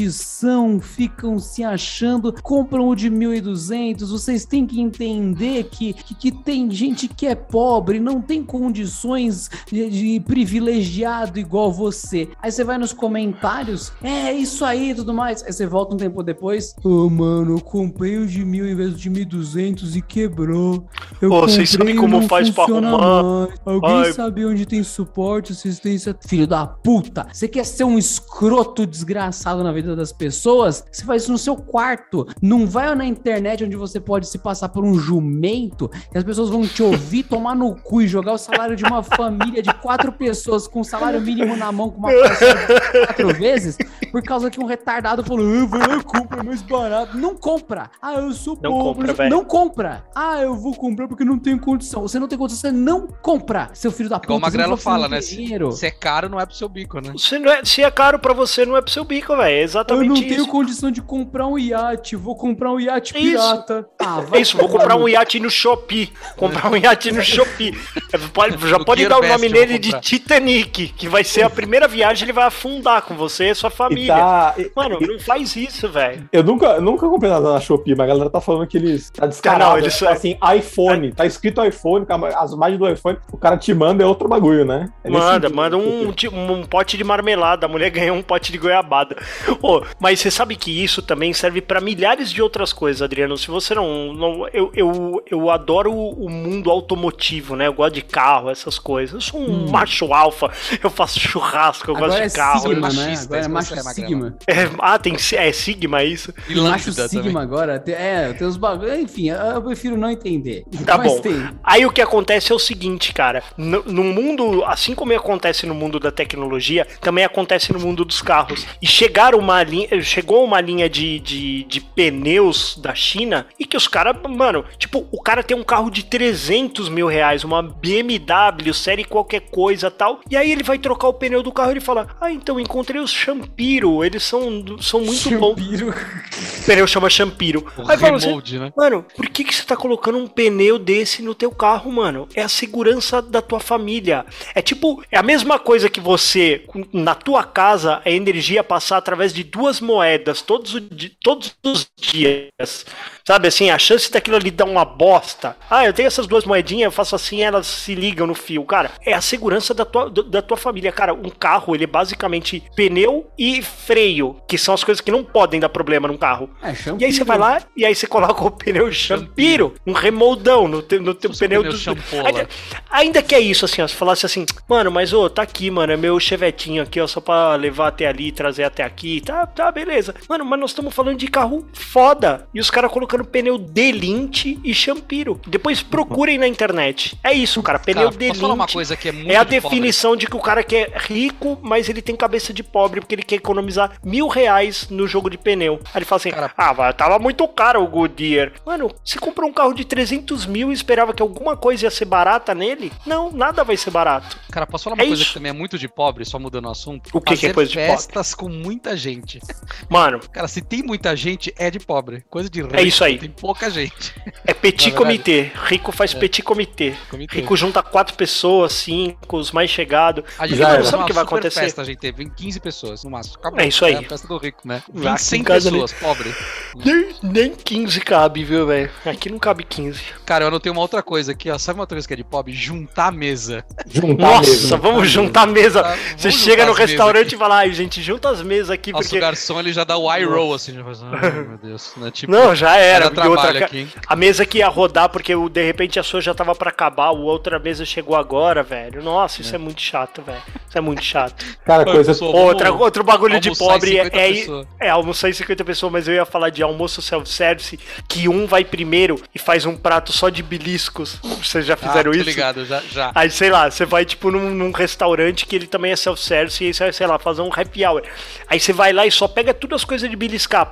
condição ficam se achando, compram o de 1.200. Vocês têm que entender que, que, que tem gente que é pobre, não tem condições de, de privilegiado igual você. Aí você vai nos comentários, é isso aí e tudo mais. Aí você volta um tempo depois, ô mano, eu comprei o de mil em vez do de mil duzentos e quebrou. Eu
Ô, vocês
comprei
sabem
e
como
não
faz pra
funciona
arrumar?
mais. Alguém
Ai.
sabe onde tem suporte, assistência? Filho da puta, você quer ser um escroto desgraçado na vida das pessoas? Você faz isso no seu quarto. Não vai na internet onde você pode se passar por um jumento que as pessoas vão te
(laughs)
ouvir tomar no cu e jogar o salário de uma família de quatro pessoas com o salário mínimo na mão com
(laughs)
uma pessoa de quatro vezes por causa que um retardado falou, eu vou lá, compra mais barato. Não compra. Ah, eu sou
Não
pobre.
compra, velho.
Não compra. Ah, eu vou comprar porque não tenho condição. Você não tem condição, você não compra. Seu filho da puta.
Igual o
você não tá
Magrelo
precisando
fala,
de
né?
Dinheiro.
Se é caro, não é pro seu bico, né?
Se, não é, se é caro pra você, não é pro seu bico, velho. É
Eu
exatamente
não
isso.
tenho condição de comprar um iate. Vou comprar um iate
É isso.
pirata. Ah,
É isso, vou
tomar
comprar
no
um iate no Shopee. Comprar um iate no Shopee. É, pode- já
No
pode
Gear
dar o
Best
nome
eu vou
nele de
comprar.
Titanic, que vai ser a primeira viagem, ele vai afundar com você e sua
E
família.
tá. e-
Mano,
e-
não faz isso, velho.
eu nunca, nunca comprei nada na Shopee, mas a galera tá falando que eles. Tá descarado.
Ah, não, eles-
tá assim, iPhone. Tá escrito iPhone, com a- as imagens do iPhone. O cara te manda, é outro bagulho, né? É nesse
Manda,
sentido,
manda um,
Shopee.
ti- um pote de marmelada. A mulher (laughs) ganhou um pote de goiabada. Ô, mas você sabe que isso também serve pra milhares de outras coisas, Adriano. Se você não. não- eu, eu, eu adoro o o mundo automotivo, né? Eu gosto de carro, essas coisas. Eu sou um macho alfa. Eu faço churrasco, eu
Hum. Agora
gosto
é
de carro.
Sigma,
é
né?
machista,
Agora é
isso
macho
é magrela.
Sigma.
É, ah, tem si- é Sigma isso?
E
Tem macho
lambda
Sigma
também.
agora. Tem- É, tem os bagulho. Enfim, eu- eu prefiro não entender.
Tá
Mas
bom.
tem.
Aí o que acontece é o seguinte, cara. No, no mundo, assim como acontece no mundo da tecnologia, também acontece no mundo dos carros. E chegaram uma linha, chegou uma linha de, de, de pneus da China e que os caras, mano, tipo, o cara tem um carro de 300 mil reais, uma BMW, série qualquer coisa tal. E aí ele vai trocar o pneu do carro e ele fala: Ah, então encontrei os Champiro, eles são, são muito bons.
Champiro.
O pneu chama Champiro.
O
Aí fala assim.
remold, né?
Mano, por que, que você tá colocando um pneu desse no teu carro, mano? É a É segurança da tua família. É tipo, é a mesma coisa que você, com- na tua casa, a energia passar através de duas moedas todos, o di- todos os dias. Sabe assim, a chance daquilo ali dar uma bosta. Ah, eu tenho essas duas moedinhas, eu faço assim, elas se ligam no fio. Cara, é a segurança da tua, do- da tua família. Cara, um carro, ele é basicamente pneu e freio, que são as coisas que não podem dar problema num carro.
É,
E aí você vai lá e aí você coloca o pneu champiro, um remoldão no teu, no teu
Os
pneu,
pneus
do...
champola.
ainda, ainda que é isso, assim, ó, se falasse assim, mano, mas ô, tá aqui, mano, é meu chevetinho aqui, ó, só pra levar até ali, trazer até aqui, tá, tá, beleza. Mano, mas nós estamos falando de carro foda. E os caras colocando pneu Delinte e champiro. Depois procurem na internet. É isso, cara, pneu
Cara,
Delinte.
posso falar uma coisa que é muito
É a
de pobre?
definição de que o cara que é rico, mas ele tem cabeça de pobre, porque ele quer economizar mil reais no jogo de pneu. Aí ele fala assim,
Cara-
ah, vai, tava muito caro o Goodyear. Mano, você comprou um carro de 300 mil e esperava que alguma coisa ia ser barata nele? Não, nada vai ser barato.
Cara, posso falar uma
É
coisa
isso.
que também é muito de pobre, só mudando o assunto?
O que que é
Fazer
coisa de pobre?
festas com muita gente.
Mano,
Cara, se tem muita gente, é de pobre. Coisa de rico.
isso aí.
Tem
(laughs)
pouca gente.
é petit
Na verdade-
comitê. Rico faz petit comitê.
Comitê.
Rico junta quatro pessoas, cinco, os mais chegados.
A gente
Já
vai
era.
fazer
Sabe o
uma
que vai
super
acontecer?
Festa, a gente teve 15 pessoas no máximo. Acabou.
É isso aí.
a festa do rico, né?
Lá
20, 100
em casa
pessoas, pobre.
Nem, nem 15 cabe, viu, velho? Aqui não cabe 15.
Cara, eu anotei uma outra coisa aqui, ó. Sabe uma outra coisa que é de pobre? Juntar a mesa.
Juntar
Nossa,
mesmo.
vamos juntar a mesa.
Tá?
Você
Vamos
chega
juntar
no
as mesas
restaurante
aqui.
e fala, ai, gente, junta as mesas aqui,
Nossa,
porque...
o garçom ele já dá o eye roll, assim. Já faz,
(laughs)
ai, meu Deus. Né? Tipo,
Não, já era.
vai dar
porque outra
trabalho
ca-
aqui, hein?
A mesa que ia rodar, porque o- de repente a sua já tava pra acabar, a outra mesa chegou agora, velho. Nossa, isso é, muito chato, velho. Isso é muito chato.
Cara,
Pô,
coisa.
pessoal, vamos
Outra, outro bagulho de
almoçar em
pobre é,
50
é,
pessoas.
é almoçar em 50 pessoas, mas eu ia falar de almoço self-service, que um vai primeiro e faz um prato só de beliscos. Vocês já fizeram
ah, tô
isso?
ligado, já, já.
Aí, sei lá, você vai, tipo, num, num restaurante que ele também é self-service, e aí você vai, sei lá, fazer um happy hour. Aí você vai lá e só pega todas as coisas de beliscar,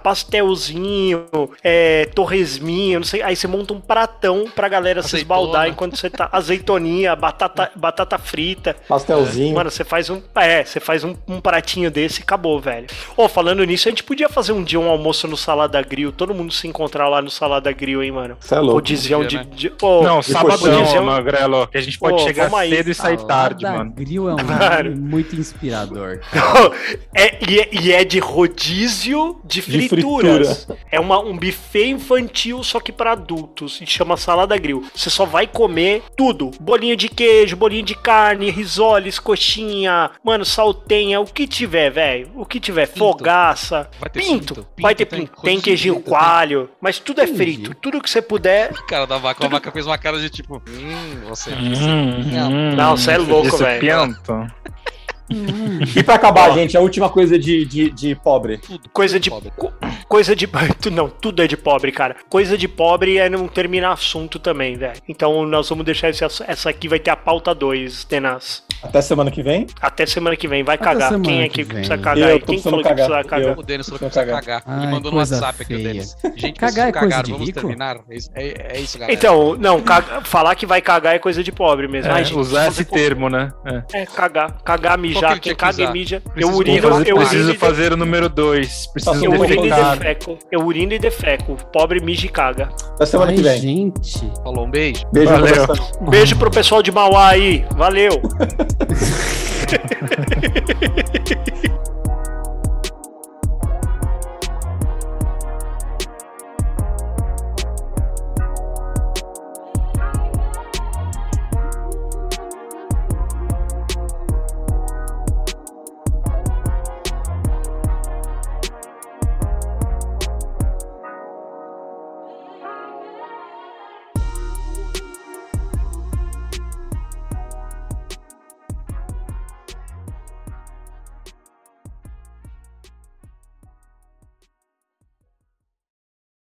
pastelzinho, é, torresminho, não sei. Aí você monta um pratão pra galera se
Azeitona.
esbaldar enquanto você tá. Azeitoninha, batata, batata frita.
Pastelzinho.
Mano, você faz um. É, você faz um, um pratinho desse e acabou, velho. Ô, falando nisso, a gente podia fazer um dia um almoço no Salada Grill, todo mundo se encontrar lá no Salada Grill, hein, mano?
Você é
Ou
louco.
diziam de.
Podia, né?
de- ô,
Não, sábado
podia-
não, Magrelo. Que a gente pode
Pô,
chegar
vamos aí.
cedo e sair tarde,
Salada
mano.
Grill é um
Claro.
nome muito inspirador.
É, e, é, e é de rodízio de
De
frituras. É uma- um buffet infantil, só que pra adultos. E chama salada grill. Você só vai comer tudo: bolinho de queijo, bolinho de carne, risoles, coxinha, mano, saltenha, o que tiver, velho. O que tiver, fogaça.
Vai ter
Pinto.
pinto,
vai ter
pinto, tem
pinto. Tem,
coxinha, (laughs)
queijinho
pinto, tem-
coalho. Mas tudo é
Entendi.
frito. Tudo que você puder.
O cara da vaca, a vaca fez uma cara de tipo, hum, você.
Uhum.
Não, você é louco,
Isso
velho.
pianto.
E pra acabar, gente, a última coisa de, de, de pobre.
Tudo,
Coisa
tudo é
de
pobre.
co- coisa de (laughs) tu- não, tudo é de pobre, cara. Coisa de pobre é não terminar assunto também, velho. Então nós vamos deixar esse ass- essa aqui vai ter a pauta 2, Tenaz.
Até semana que vem.
Até semana que vem vai
Até
cagar.
semana
Quem
que
é que
vem.
precisa cagar?
Eu
aí?
tô
Quem falou
precisando
que precisa
cagar.
cagar?
O Denis falou que
Vou
precisa cagar.
Ai,
Ele mandou no
coisa
WhatsApp aqui, o
feia.
Denis. Gente,
Cagar é coisa
preciso cagar,
de
vamos
rico?
terminar. É isso- É, é isso, galera.
Então, não, caga- falar que vai cagar é coisa de pobre mesmo. Ai,
É,
gente,
usar esse
fazer co-
termo, né? É.
É, cagar, cagar,
Qual
mijar,
que
quem
ele tinha que
caga e
usar?
mija. Eu
Preciso
urino,
comprar.
preciso
eu urino, e
preciso
de-
fazer um o número 2. Preciso
eu urino e
defecar.
defeco. Eu urino e defeco. Pobre mija e caga.
Até semana
Ai,
que vem.
gente.
Falou, um beijo.
Beijo,
Valeu.
abração.
Um beijo pro pessoal de Mauá aí. Valeu.